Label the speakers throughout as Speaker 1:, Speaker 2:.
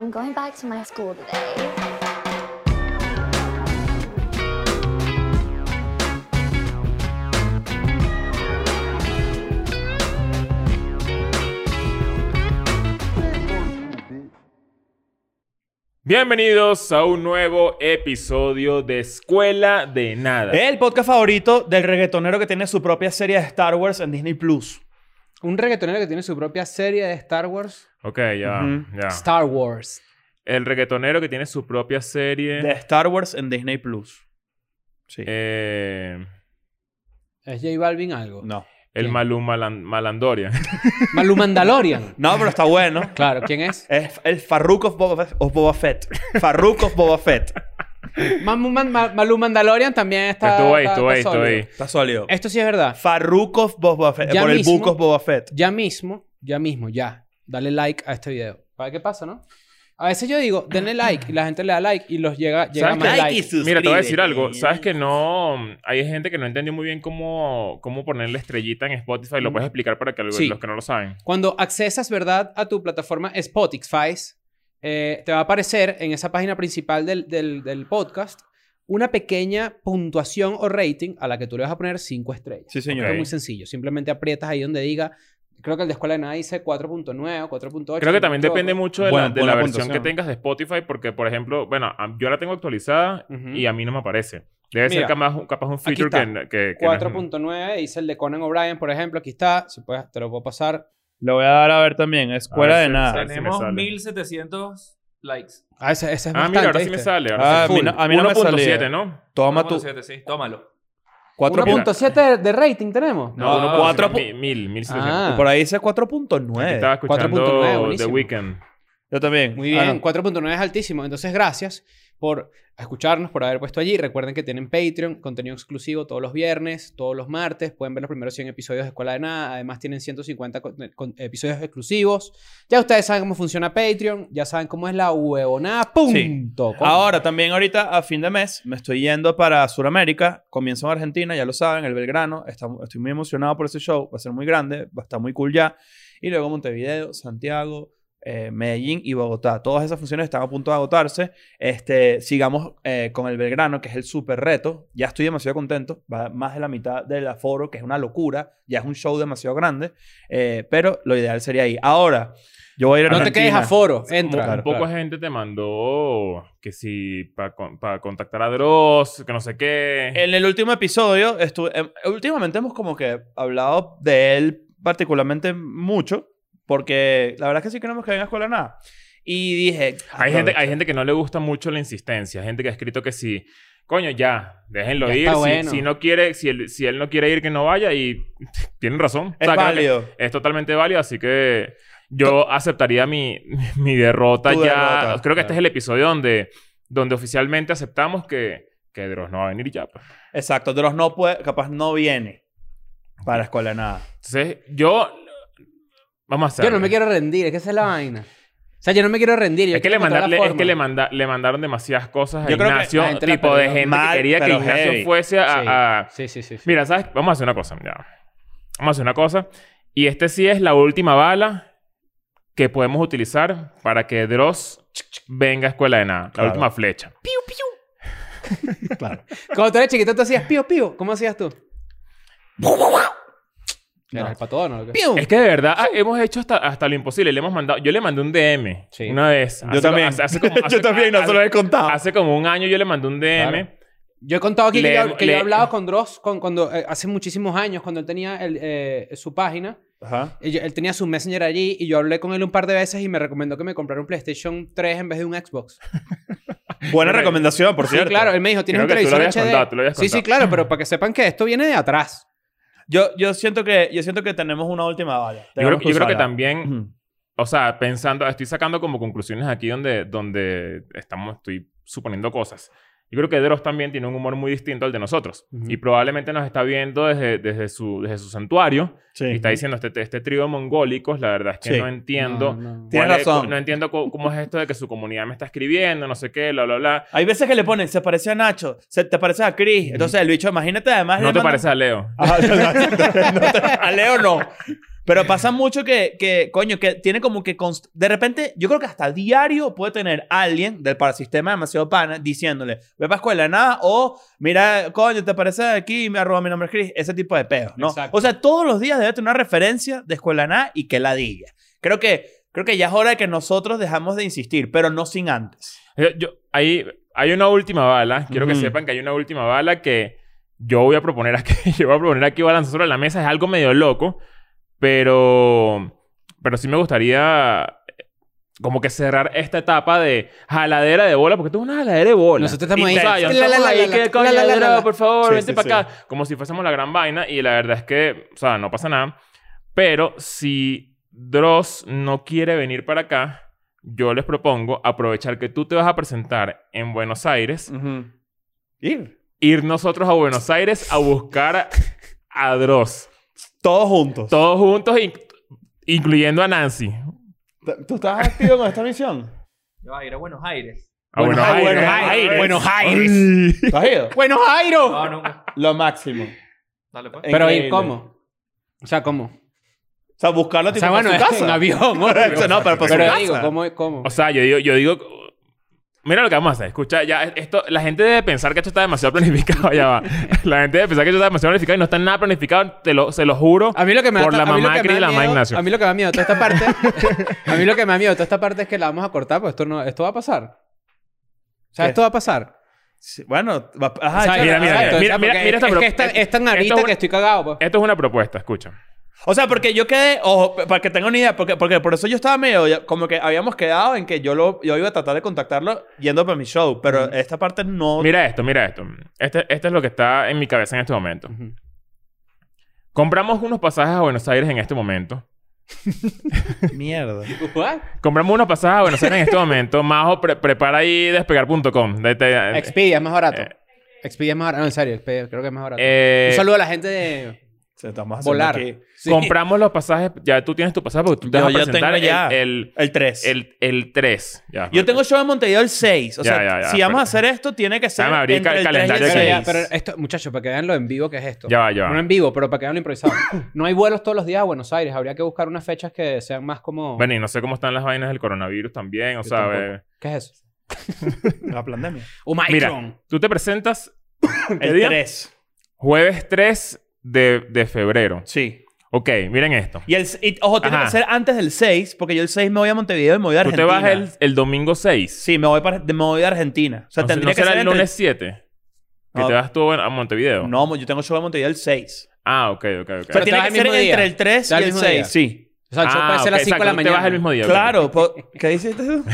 Speaker 1: I'm going back to my school today.
Speaker 2: Bienvenidos a un nuevo episodio de Escuela de Nada.
Speaker 3: Eh.
Speaker 4: El podcast favorito del reggaetonero que tiene su propia serie de Star Wars en Disney Plus.
Speaker 3: Un reggaetonero que tiene su propia serie de Star Wars.
Speaker 2: Ok, ya,
Speaker 4: Ujú.
Speaker 2: ya.
Speaker 3: Star Wars.
Speaker 2: El reggaetonero que tiene su propia serie.
Speaker 4: De Star Wars en Disney Plus. Sí.
Speaker 2: eh,
Speaker 3: ¿Es J Balvin algo?
Speaker 4: no.
Speaker 2: el
Speaker 3: ¿Quién?
Speaker 2: Malú Malan- Malandoria.
Speaker 3: Malu Mandalorian.
Speaker 4: No, pero está bueno.
Speaker 3: Claro, ¿quién es?
Speaker 4: Es el Farruk of Boba, of Boba Fett. Farruk of Boba Fett.
Speaker 3: Mamu Man- Ma- Malu Mandalorian también está.
Speaker 2: estuvo ahí,
Speaker 3: está-
Speaker 2: estuvo ahí,
Speaker 3: está
Speaker 2: estuvo
Speaker 3: sólido.
Speaker 2: ahí.
Speaker 4: Está sólido.
Speaker 3: Esto sí es verdad.
Speaker 4: Farruk of Boba Fett.
Speaker 3: Ya
Speaker 4: por
Speaker 3: mismo.
Speaker 4: el Book of Boba Fett.
Speaker 3: Ya mismo, ya mismo, ya. Dale like a este video. Para ver qué pasa, ¿no? A veces yo digo, denle like y la gente le da like y los llega, llega
Speaker 2: ¿Sabes
Speaker 3: más
Speaker 2: qué?
Speaker 3: like.
Speaker 2: Mira, te voy a decir algo. Sabes que no. Hay gente que no entendió muy bien cómo, cómo ponerle estrellita en Spotify. Lo puedes explicar para que lo-
Speaker 3: Mm. Sí.
Speaker 2: los que no lo saben.
Speaker 3: Cuando accesas, ¿verdad?, a tu plataforma Spotify, eh, te va a aparecer en esa página principal del, del- del podcast una pequeña puntuación o rating a la que tú le vas a poner 5 estrellas.
Speaker 4: Sí, señor.
Speaker 2: Ok.
Speaker 3: Es muy sencillo. Simplemente aprietas ahí donde diga, creo que el de Escuela de Nada dice 4.9, 4.8.
Speaker 2: Creo que también
Speaker 3: no me
Speaker 2: depende
Speaker 3: equivoco.
Speaker 2: mucho de,
Speaker 4: Buena-
Speaker 2: la, de
Speaker 4: buena
Speaker 2: la versión que
Speaker 4: puntuación.
Speaker 2: tengas de Spotify, porque, por ejemplo, bueno, a- yo la tengo actualizada
Speaker 3: Ujú.
Speaker 2: y a mí no me aparece. Debe ser
Speaker 3: Mira,
Speaker 2: capaz, un- capaz un feature
Speaker 3: está.
Speaker 2: que, que, que no es-
Speaker 3: 4.9, dice el de Conan O'Brien, por ejemplo, aquí está, si puedes, te lo puedo pasar.
Speaker 4: Lo voy a dar a ver también. Escuela
Speaker 2: A ver
Speaker 4: de
Speaker 2: si-
Speaker 4: nada.
Speaker 2: ver si me
Speaker 5: Tenemos
Speaker 2: sale.
Speaker 5: 1700 likes.
Speaker 3: Ah, ese, ese es
Speaker 2: Ah,
Speaker 3: bastante,
Speaker 2: mira, ahora sí
Speaker 3: ¿viste?
Speaker 2: me sale. Ahora
Speaker 4: Ah,
Speaker 2: sí.
Speaker 4: a mí no- a mí no me
Speaker 2: 1.7,
Speaker 4: salía.
Speaker 2: ¿no?
Speaker 4: Toma tu.
Speaker 5: 1.7, sí, tómalo.
Speaker 4: 4.9.
Speaker 3: 1.7 de rating tenemos.
Speaker 2: No,
Speaker 5: No,
Speaker 2: 1.4.
Speaker 4: cuatro
Speaker 2: mi- Mil, 1700.
Speaker 3: Ah, pues,
Speaker 4: Por ahí dice
Speaker 2: Aquí Estaba
Speaker 4: 4.9.
Speaker 3: 4.9,
Speaker 2: escuchando The
Speaker 3: buenísimo.
Speaker 2: Weeknd.
Speaker 4: Yo también.
Speaker 3: Muy
Speaker 4: Ah,
Speaker 3: bien,
Speaker 4: no.
Speaker 3: 4.9 es altísimo. Entonces, gracias por escucharnos, por haber puesto allí. Recuerden que tienen Patreon, contenido exclusivo todos los viernes, todos los martes. Pueden ver los primeros 100 episodios de Escuela de Nada. Además, tienen 150 con- con- episodios exclusivos. Ya ustedes saben cómo funciona Patreon, ya saben cómo es la huevonada. Punto. com.
Speaker 4: Ahora, también ahorita a fin de mes me estoy yendo para Sudamérica. Comienzo en Argentina, ya lo saben, el Belgrano. Está- estoy muy emocionado por ese show. Va a ser muy grande, va a estar muy cool ya. Y luego Montevideo, Santiago, eh, Medellín y Bogotá. Todas esas funciones están a punto de agotarse. Este, sigamos eh, con el Belgrano, que es el super reto. Ya estoy demasiado contento. Va más de la mitad del aforo, que es una locura. Ya es un show demasiado grande. Eh, pero lo ideal sería ahí. Ahora, yo voy a ir a
Speaker 3: Ah, no te quedes
Speaker 4: Argentina.
Speaker 3: a foro,
Speaker 2: Como
Speaker 3: entra.
Speaker 4: Claro,
Speaker 2: un poco
Speaker 4: claro.
Speaker 2: gente te mandó que si para contactar a Dross, que no sé qué.
Speaker 4: En el último episodio, estu- em, últimamente hemos como que hablado de él particularmente mucho, porque la verdad es que sí queremos que venga a escuela de nada. Y dije,
Speaker 2: Hay gente, hay
Speaker 4: aprovecha.
Speaker 2: gente que no le gusta mucho la insistencia. Hay gente que ha escrito que sí. Coño, ya, déjenlo
Speaker 3: Ya
Speaker 2: ir.
Speaker 3: está
Speaker 2: Si,
Speaker 3: bueno.
Speaker 2: si no quiere, si él, si él no quiere ir, que no vaya. Y tienen razón.
Speaker 4: Es
Speaker 2: O sea, creo que
Speaker 4: válido.
Speaker 2: Es totalmente válido, así que yo aceptaría mi, mi derrota
Speaker 4: Tu
Speaker 2: ya.
Speaker 4: derrota,
Speaker 2: Creo que este
Speaker 4: claro.
Speaker 2: es el episodio donde, donde oficialmente aceptamos que, que Dross no va a venir ya. pues.
Speaker 4: Exacto, Dross no puede, capaz no viene para escuela de nada.
Speaker 2: Entonces, yo. Vamos a hacer.
Speaker 3: Yo no me quiero rendir, es que esa es la vaina. O sea, yo no me quiero rendir. yo
Speaker 2: Es que,
Speaker 3: quiero
Speaker 2: le,
Speaker 3: encontrar
Speaker 2: mandarle,
Speaker 3: la
Speaker 2: es que
Speaker 3: forma.
Speaker 2: le, manda, le mandaron demasiadas cosas a
Speaker 4: Yo creo que
Speaker 2: Ignacio,
Speaker 3: la gente la
Speaker 2: tipo de
Speaker 3: perdió.
Speaker 2: gente
Speaker 4: Mal,
Speaker 2: que quería que
Speaker 4: pero
Speaker 2: Ignacio
Speaker 4: heavy.
Speaker 2: fuese a- a,
Speaker 3: Sí, sí, sí. sí.
Speaker 2: Mira, ¿sabes? Vamos a hacer una cosa. ya. Vamos a hacer una cosa. Y este sí es la última bala que podemos utilizar para que Dross venga a escuela de nada. La
Speaker 4: Claro.
Speaker 2: última flecha.
Speaker 4: Claro.
Speaker 3: Cuando tú eras chiquito, tú hacías pío, pío. ¿Cómo hacías tú?
Speaker 4: No.
Speaker 3: Era el pato, ¿no?
Speaker 2: Es que de verdad ah, hemos hecho hasta, hasta lo imposible. Le hemos mandado, yo le mandé un DM
Speaker 3: Sí.
Speaker 2: una vez.
Speaker 4: Yo también. yo también, no se lo he contado.
Speaker 2: Hace como un año yo le mandé un DM.
Speaker 3: Claro. Yo he contado aquí que,
Speaker 2: Le-
Speaker 3: yo, que yo
Speaker 2: le-
Speaker 3: he hablado con Dross con- cuando, eh, hace muchísimos años, cuando él tenía el, eh, su página.
Speaker 4: Ajá.
Speaker 3: Él, él tenía su Messenger allí y yo hablé con él un par de veces y me recomendó que me comprara un PlayStation 3 en vez de un Xbox.
Speaker 4: Buena
Speaker 2: Pero-
Speaker 4: recomendación, por
Speaker 3: sí,
Speaker 4: cierto.
Speaker 3: claro. Él me dijo, tienes
Speaker 2: Creo
Speaker 3: un
Speaker 2: que tú lo
Speaker 3: televisor
Speaker 2: habías
Speaker 3: HD.
Speaker 2: contado, tú lo habías
Speaker 3: sí, sí,
Speaker 2: contado.
Speaker 3: claro. Pero para que sepan que esto viene de atrás.
Speaker 4: Yo, yo, siento que, yo siento que tenemos una última bala.
Speaker 2: Yo, creo,
Speaker 4: Tenemos
Speaker 2: yo creo que
Speaker 4: usarla.
Speaker 2: también,
Speaker 4: Ujú.
Speaker 2: o sea, pensando, estoy sacando como conclusiones aquí donde, donde estamos, estoy suponiendo cosas. Yo creo que Dross también tiene un humor muy distinto al de nosotros.
Speaker 3: Ujú.
Speaker 2: Y probablemente nos está viendo desde, desde, su, desde su santuario.
Speaker 4: Sí.
Speaker 2: Y está diciendo, este, este trío de mongólicos, la verdad es que
Speaker 4: Sí.
Speaker 2: no entiendo.
Speaker 3: No, no.
Speaker 2: cuál
Speaker 4: Tienes
Speaker 2: es-
Speaker 4: razón.
Speaker 2: No entiendo cu- cómo es esto de que su comunidad me está escribiendo, no sé qué, bla, bla, bla.
Speaker 4: Hay veces que le ponen, se parece a Nacho, se te parece a Chris. Entonces el bicho, imagínate además.
Speaker 2: No
Speaker 4: le
Speaker 2: te
Speaker 4: mandan-
Speaker 2: parece a Leo.
Speaker 4: Ajá, no, no, no te- a Leo no. Pero pasa mucho que, que, coño, que tiene como que... const- De repente, yo creo que hasta diario puede tener alguien del parasistema demasiado pana diciéndole, ve para escuela de nada o mira, coño, te apareces aquí, me arroba mi nombre es Chris. Ese tipo de peos, ¿no?
Speaker 3: Exacto.
Speaker 4: O sea, todos los días debe tener una referencia de escuela de nada y que la diga. Creo que, creo que ya es hora de que nosotros dejamos de insistir, pero no sin antes.
Speaker 2: Yo, yo- ahí hay una última bala. Quiero que
Speaker 4: Ujú.
Speaker 2: sepan que hay una última bala que yo voy a proponer aquí. yo voy a proponer aquí balanza sobre la mesa. Es algo medio loco. Pero. Pero sí me gustaría. eh, Como que cerrar esta etapa de jaladera de bola, porque tú es una jaladera de bola.
Speaker 3: Nosotros estamos
Speaker 2: Y
Speaker 3: ahí,
Speaker 2: Zion,
Speaker 3: la,
Speaker 2: estamos
Speaker 3: la, la,
Speaker 2: ahí,
Speaker 3: la,
Speaker 2: que
Speaker 3: la,
Speaker 2: coño,
Speaker 3: la, la,
Speaker 2: Eduardo,
Speaker 3: la.
Speaker 2: por favor,
Speaker 4: Sí,
Speaker 2: vente
Speaker 4: sí,
Speaker 2: para acá. Como si fuésemos la gran vaina. Y la verdad es que, o sea, no pasa nada. Pero si Dross no quiere venir para acá, yo les propongo aprovechar que tú te vas a presentar en Buenos Aires,
Speaker 4: Ir.
Speaker 2: ir nosotros a Buenos Aires a buscar a Dross.
Speaker 4: Todos juntos.
Speaker 2: Todos juntos, inc- incluyendo a Nancy.
Speaker 4: ¿Tú estás activo con esta misión?
Speaker 5: Yo voy a ir a Buenos Aires.
Speaker 2: A
Speaker 4: Buenos
Speaker 2: Ah, Buenos
Speaker 4: Aires,
Speaker 2: Aires.
Speaker 4: Buenos Aires.
Speaker 3: Buenos Aires.
Speaker 2: Aires.
Speaker 4: ¿Tú has ido?
Speaker 3: Buenos Aires.
Speaker 5: No, nunca.
Speaker 4: Lo máximo.
Speaker 5: Dale, pues.
Speaker 4: Eh,
Speaker 3: Pero
Speaker 4: Increíble.
Speaker 3: ¿y cómo? O sea, ¿cómo?
Speaker 4: O sea, buscarlo
Speaker 3: O
Speaker 4: tipo
Speaker 3: sea, bueno,
Speaker 4: en su casa.
Speaker 3: en avión. obvio.
Speaker 4: no, pero
Speaker 2: Pues
Speaker 4: para su
Speaker 3: Pero
Speaker 4: casa.
Speaker 3: digo, ¿cómo? cómo?
Speaker 2: O sea, yo digo, yo digo, mira lo que vamos a hacer. Escucha, ya esto, la gente debe pensar que esto está demasiado planificado. Ya va. La gente debe pensar que esto está demasiado planificado y no está nada planificado. Te lo, se lo juro.
Speaker 3: A mí lo que me
Speaker 2: Por
Speaker 3: da,
Speaker 2: la
Speaker 3: a mí lo
Speaker 2: mamá
Speaker 3: que me
Speaker 2: Cris y
Speaker 3: da
Speaker 2: la mamá
Speaker 3: miedo-
Speaker 2: Ignacio.
Speaker 3: A mí lo que me da miedo toda esta parte, a mí lo que me da miedo toda esta parte es que la vamos a cortar, pues esto no, esto va a pasar. O sea,
Speaker 4: ¿Qué?
Speaker 3: esto va a pasar.
Speaker 4: Sí, bueno, va- ajá,
Speaker 3: O
Speaker 4: claro.
Speaker 3: sea,
Speaker 2: Ah, mira, mira,
Speaker 3: exacto,
Speaker 2: mira,
Speaker 3: o sea,
Speaker 2: mira,
Speaker 3: porque
Speaker 2: mira esta
Speaker 3: es,
Speaker 2: pro-
Speaker 3: que es tan,
Speaker 2: esto-
Speaker 3: es tan
Speaker 2: esto es
Speaker 3: arita
Speaker 2: una-
Speaker 3: que estoy cagado, pues.
Speaker 2: Esto es una propuesta, escucha.
Speaker 4: O sea, porque yo quedé, ojo, p- para que tengan una idea, porque, porque por eso yo estaba medio, ya- como que habíamos quedado en que yo lo yo iba a tratar de contactarlo yendo para mi show, pero esta parte no.
Speaker 2: Mira esto, mira esto. Este, esto es lo que está en mi cabeza en este momento.
Speaker 3: Ujú.
Speaker 2: Compramos unos pasajes a Buenos Aires en este momento.
Speaker 4: Mierda.
Speaker 2: Eh.
Speaker 3: What?
Speaker 2: Compramos unos pasajes a Buenos Aires en este momento. Majo, pre- prepara ahí despegar.com. De- de-
Speaker 3: Expedia es más barato.
Speaker 2: eh.
Speaker 3: Expedia es más barato. No, en serio, Expedia creo que es más barato.
Speaker 2: eh,
Speaker 3: Un saludo a la gente de
Speaker 4: Se estamos haciendo
Speaker 3: Volar.
Speaker 4: aquí.
Speaker 3: Sí.
Speaker 2: Compramos los pasajes. Ya tú tienes tu pasaje porque tú te
Speaker 4: Yo
Speaker 2: vas a
Speaker 4: ya
Speaker 2: presentar
Speaker 4: tengo ya.
Speaker 2: el- el
Speaker 4: El 3.
Speaker 2: El, el 3. Ya,
Speaker 4: yo tengo show en Montevideo el 6. O
Speaker 2: Ya,
Speaker 4: sea,
Speaker 2: ya, ya,
Speaker 4: si vamos a hacer
Speaker 2: espérate.
Speaker 4: esto, tiene que ser.
Speaker 2: Déjame abrir
Speaker 4: entre
Speaker 2: ca-
Speaker 4: el
Speaker 2: el
Speaker 4: 3 y el
Speaker 2: calendario
Speaker 3: Pero, ya,
Speaker 4: 6.
Speaker 3: pero esto, muchachos, para que vean lo en vivo que es esto.
Speaker 2: Ya va, ya va.
Speaker 3: No en vivo, pero para que vean lo improvisado. No hay vuelos todos los días a Buenos Aires. Habría que buscar unas fechas que sean más como.
Speaker 2: Bueno, y no sé cómo están las vainas del coronavirus también. O
Speaker 3: Yo
Speaker 2: sea,
Speaker 3: tampoco.
Speaker 2: eh,
Speaker 3: ¿Qué es eso?
Speaker 4: La pandemia.
Speaker 2: mira, tú te presentas ¿Qué
Speaker 4: El
Speaker 2: día?
Speaker 4: 3.
Speaker 2: jueves 3 de, de febrero.
Speaker 4: Sí.
Speaker 2: Ok, miren esto.
Speaker 4: Y, el, y, ojo, tiene
Speaker 2: Ajá.
Speaker 4: que ser antes del 6, porque yo el 6 me voy a Montevideo y me voy a
Speaker 2: Tú te
Speaker 4: Argentina.
Speaker 2: vas el, el domingo 6.
Speaker 4: Sí, me voy, para, me voy a Argentina. O sea,
Speaker 2: ¿No, se-
Speaker 4: tendría
Speaker 2: no
Speaker 4: que
Speaker 2: será
Speaker 4: ser
Speaker 2: el
Speaker 4: entre-
Speaker 2: lunes 7? Que
Speaker 4: No.
Speaker 2: te vas tú a Montevideo.
Speaker 4: No, mo- yo tengo show en Montevideo el 6.
Speaker 2: Ah, ok, ok, ok.
Speaker 4: O sea,
Speaker 3: Pero te
Speaker 4: tiene
Speaker 3: vas
Speaker 4: que
Speaker 3: el
Speaker 4: ser
Speaker 3: mismo día.
Speaker 4: entre el 3
Speaker 3: Te
Speaker 4: y
Speaker 3: vas el
Speaker 4: el
Speaker 3: mismo
Speaker 4: 6.
Speaker 3: día.
Speaker 4: Sí.
Speaker 3: O sea, el show
Speaker 2: Ah,
Speaker 3: puede ser a
Speaker 2: ok,
Speaker 3: las 5 de
Speaker 2: exacto,
Speaker 3: la
Speaker 2: tú te
Speaker 3: mañana.
Speaker 2: vas el mismo día. ok.
Speaker 4: Claro. po- ¿Qué dices tú?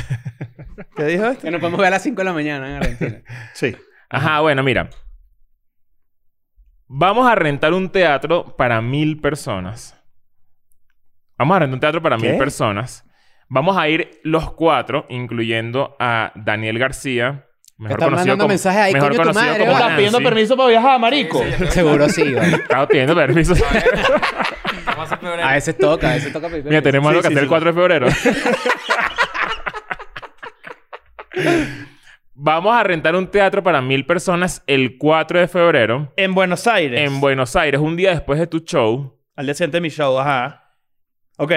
Speaker 4: ¿Qué dijo
Speaker 3: Que
Speaker 4: este?
Speaker 3: nos podemos ver a las 5 de la mañana en Argentina.
Speaker 4: Sí.
Speaker 2: Ajá, bueno, mira. Vamos a rentar un teatro para mil personas. Vamos a rentar un teatro para
Speaker 4: ¿Qué?
Speaker 2: mil personas. Vamos a ir los cuatro, incluyendo a Daniel García, mejor
Speaker 3: están
Speaker 2: conocido
Speaker 3: mandando
Speaker 2: como,
Speaker 3: mensajes ahí,
Speaker 2: mejor
Speaker 3: coño, tu
Speaker 2: conocido
Speaker 3: madre,
Speaker 2: como
Speaker 3: vale.
Speaker 2: Nancy.
Speaker 4: para viajar,
Speaker 5: Sí, sí, ya te voy
Speaker 3: Seguro sí, vale.
Speaker 2: Estaba pidiendo permiso.
Speaker 5: A ver. Vamos a febrero.
Speaker 3: A veces toca, a veces toca pedir
Speaker 2: Mira,
Speaker 3: permiso.
Speaker 2: tenemos
Speaker 4: Sí,
Speaker 2: algo que
Speaker 4: sí,
Speaker 2: hacer
Speaker 4: sí.
Speaker 2: el 4 de febrero. Vamos a rentar un teatro para mil personas el 4 de febrero.
Speaker 4: En Buenos Aires.
Speaker 2: en Buenos Aires, un día después de tu show,
Speaker 4: Al día siguiente de mi show, ajá. Ok.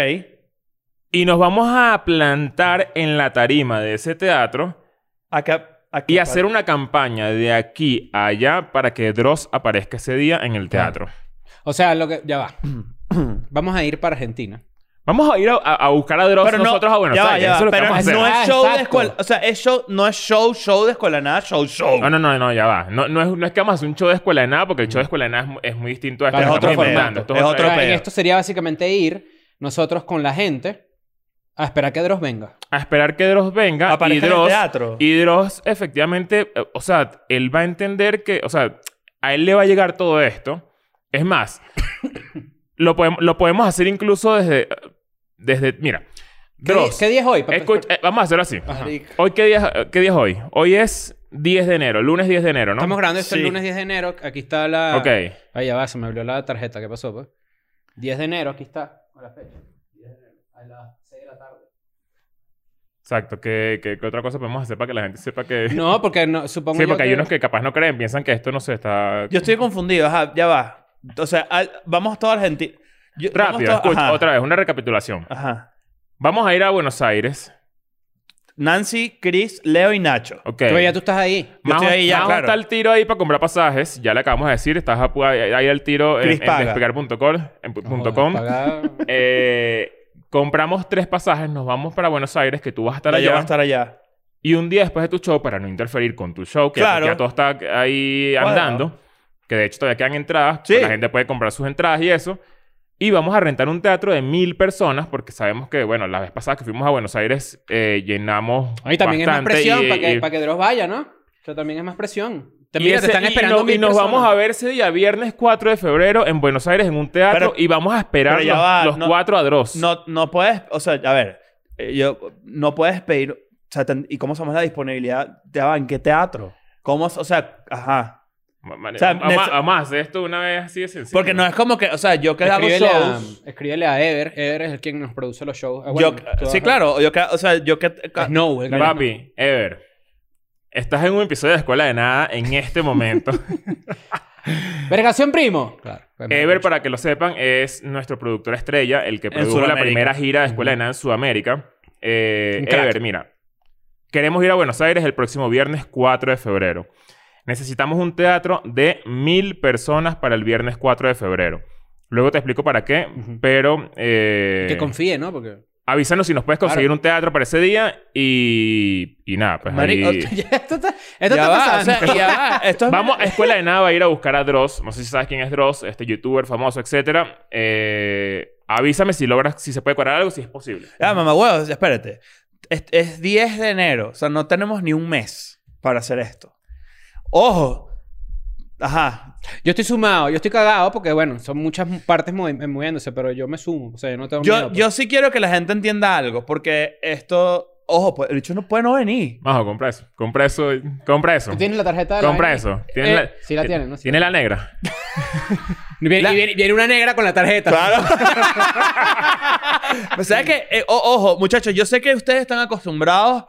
Speaker 2: y nos vamos a plantar en la tarima de ese teatro
Speaker 4: Acá, aquí,
Speaker 2: y hacer una campaña de aquí a allá para que Dross aparezca ese día en el teatro.
Speaker 3: O sea, lo que... Ya va. Vamos a ir para Argentina.
Speaker 2: Vamos a ir a, a- a buscar a Dross
Speaker 4: Pero no-
Speaker 2: nosotros a Buenos
Speaker 4: ya va,
Speaker 2: Aires.
Speaker 4: ya va,
Speaker 2: Eso es lo que
Speaker 4: pero
Speaker 2: vamos a hacer.
Speaker 4: no
Speaker 3: Ah,
Speaker 4: es show de
Speaker 3: exacto.
Speaker 4: escuela. O sea, es show, no es show, show de escuela, nada, show, show.
Speaker 2: No, no, no, no, ya va. No, no, es, no es que vamos a hacer un show de escuela de nada, porque el show de escuela de nada es, mu- es muy distinto a este
Speaker 3: Claro,
Speaker 2: que
Speaker 3: es
Speaker 2: estamos
Speaker 3: otro
Speaker 2: inventando.
Speaker 3: formato.
Speaker 2: Esto
Speaker 4: Es
Speaker 3: O sea,
Speaker 4: otro
Speaker 3: en
Speaker 4: peo.
Speaker 3: esto sería básicamente ir nosotros con la gente a esperar que Dross venga.
Speaker 2: A esperar que Dross venga
Speaker 4: Aparezca
Speaker 2: y
Speaker 4: en el
Speaker 2: Dross,
Speaker 4: teatro.
Speaker 2: Y Dross, efectivamente, eh, o sea, él va a entender que, o sea, a él le va a llegar todo esto. Es más, lo, podemos, lo podemos hacer incluso desde, desde mira,
Speaker 3: ¿Qué, di-
Speaker 2: Dross,
Speaker 3: ¿qué día es hoy? papá?
Speaker 2: escucha- eh, vamos a hacerlo así.
Speaker 3: Ajá.
Speaker 2: Hoy, ¿qué, día, eh, ¿Qué día es hoy? Hoy es 10 de enero, lunes 10 de enero, ¿no?
Speaker 3: Estamos grabando esto el
Speaker 4: Sí.
Speaker 3: lunes 10 de enero. Aquí está la...
Speaker 2: Ok.
Speaker 3: Ahí ya va, se me abrió la tarjeta. ¿Qué pasó, pues? 10 de enero, aquí está. Con la fecha. 10 de enero, a las 6 de la tarde.
Speaker 2: Exacto. ¿Qué, qué, qué otra cosa podemos hacer para que la gente sepa que...?
Speaker 3: No, porque no, supongo
Speaker 2: sí,
Speaker 3: yo
Speaker 2: porque hay
Speaker 3: que-
Speaker 2: unos que capaz no creen, piensan que esto no se está...
Speaker 4: Yo estoy confundido, ajá, ya va. O sea, al- vamos a toda Argentina. Yo- vamos
Speaker 2: Rápido,
Speaker 4: to-
Speaker 2: escucha,
Speaker 4: ajá,
Speaker 2: otra vez, una recapitulación.
Speaker 4: Ajá.
Speaker 2: Vamos a ir a Buenos Aires.
Speaker 4: Nancy, Chris, Leo y Nacho.
Speaker 2: Ok.
Speaker 3: Pero ya tú estás ahí.
Speaker 4: Yo
Speaker 2: Majo-
Speaker 4: estoy ahí ya,
Speaker 2: Majo
Speaker 4: claro.
Speaker 2: está al tiro ahí para comprar pasajes. Ya le acabamos de decir. Estás a- ahí al tiro en,
Speaker 4: Chris
Speaker 2: en
Speaker 4: paga.
Speaker 2: despegar.com. en pu- punto com. Eh, compramos tres pasajes. Nos vamos para Buenos Aires, que tú vas a estar
Speaker 4: Para allá
Speaker 2: allá.
Speaker 4: va a estar allá.
Speaker 2: Y un día después de tu show, para no interferir con tu show, que
Speaker 4: Claro.
Speaker 2: ya todo está ahí
Speaker 4: Cuadrado.
Speaker 2: andando, que de hecho todavía quedan entradas, pues
Speaker 4: Sí.
Speaker 2: la gente puede comprar sus entradas y eso. Y vamos a rentar un teatro de mil personas, porque sabemos que, bueno, la vez pasada que fuimos a Buenos Aires, eh, llenamos.
Speaker 3: Ahí también es más
Speaker 2: bastante
Speaker 3: presión
Speaker 2: y-
Speaker 3: para que,
Speaker 2: y-
Speaker 3: para que Dross vaya, ¿no? O sea, también es más presión. Te,
Speaker 2: y
Speaker 3: mira,
Speaker 2: ese-
Speaker 3: te están
Speaker 2: y
Speaker 3: esperando
Speaker 2: no- y,
Speaker 3: mil
Speaker 2: nos
Speaker 3: personas.
Speaker 2: vamos a ver ese día, viernes 4 de febrero, en Buenos Aires, en un teatro,
Speaker 4: Pero-
Speaker 2: y vamos a esperar
Speaker 4: pero ya
Speaker 2: los,
Speaker 4: va,
Speaker 2: los
Speaker 4: no-
Speaker 2: cuatro a Dross.
Speaker 4: No, no puedes, o sea, a ver, eh, yo no puedes pedir, o sea, ten- ¿y cómo somos la disponibilidad? ¿Te va en qué teatro? ¿Cómo, es- o sea, ajá.
Speaker 2: Ma- ma-
Speaker 4: O sea,
Speaker 2: vamos a-
Speaker 4: neces-
Speaker 2: vamos a hacer esto una vez así de sencillo.
Speaker 4: Porque no es como que, o sea, yo que hago
Speaker 3: Escríbele a,
Speaker 4: shows,
Speaker 3: escríbele a Ever. Ever es el quien nos produce los shows. Ah,
Speaker 4: yo,
Speaker 3: bueno, tú
Speaker 4: sí,
Speaker 3: vas-
Speaker 4: claro, yo que, o sea, yo que,
Speaker 3: Snow, el gran
Speaker 2: eh, Papi, Ever, estás en un episodio de Escuela de Nada en este momento.
Speaker 3: Snow. Vergación primo. Claro.
Speaker 4: Eh,
Speaker 2: Ever, para que lo sepan, es nuestro productor estrella, el que
Speaker 4: En
Speaker 2: produjo la
Speaker 4: Sudamérica.
Speaker 2: primera gira de Escuela de Nada en Sudamérica. Eh,
Speaker 3: Un crack.
Speaker 2: Ever, mira, queremos ir a Buenos Aires el próximo viernes 4 de febrero. Necesitamos un teatro de mil personas para el viernes 4 de febrero. Luego te explico para qué,
Speaker 3: Ujú.
Speaker 2: pero... eh,
Speaker 3: Que confíe, ¿no? Porque...
Speaker 2: Avísanos si nos puedes conseguir
Speaker 3: Claro.
Speaker 2: un teatro para ese día y... Y nada, pues
Speaker 4: Mari-
Speaker 2: ahí-
Speaker 3: Ya, esto está, esto
Speaker 4: ya va,
Speaker 3: está
Speaker 4: o
Speaker 3: pasando.
Speaker 4: sea, ya va, esto es-
Speaker 2: Vamos a Escuela de Nada va a ir a buscar a Dross. No sé si sabes quién es Dross, este youtuber famoso, etcétera. Eh, avísame si logras, si se puede cuadrar algo, si es posible.
Speaker 4: Ah, mamá, huevos, espérate. Es, es 10 de enero. O sea, no tenemos ni un mes para hacer esto. Ojo. Ajá.
Speaker 3: Yo estoy sumado, yo estoy cagado porque, bueno, son muchas partes movi- moviéndose, pero yo me sumo. O sea, yo no tengo miedo.
Speaker 4: Yo,
Speaker 3: pues.
Speaker 4: yo sí quiero que la gente entienda algo, porque esto. Ojo, pues, el bicho no puede no venir.
Speaker 2: Vamos, compra eso. Compra eso. Compra eso.
Speaker 3: pues. ¿Tú tienes la tarjeta de la
Speaker 2: Compra
Speaker 3: vaina?
Speaker 2: eso.
Speaker 3: Eh,
Speaker 2: Tiene
Speaker 3: sí la tiene, ¿no? Sí.
Speaker 2: Tiene la negra.
Speaker 3: Y viene,
Speaker 4: La-
Speaker 3: y viene- viene una negra con la tarjeta.
Speaker 4: o sea que, eh, o- ojo, muchachos, yo sé que ustedes están acostumbrados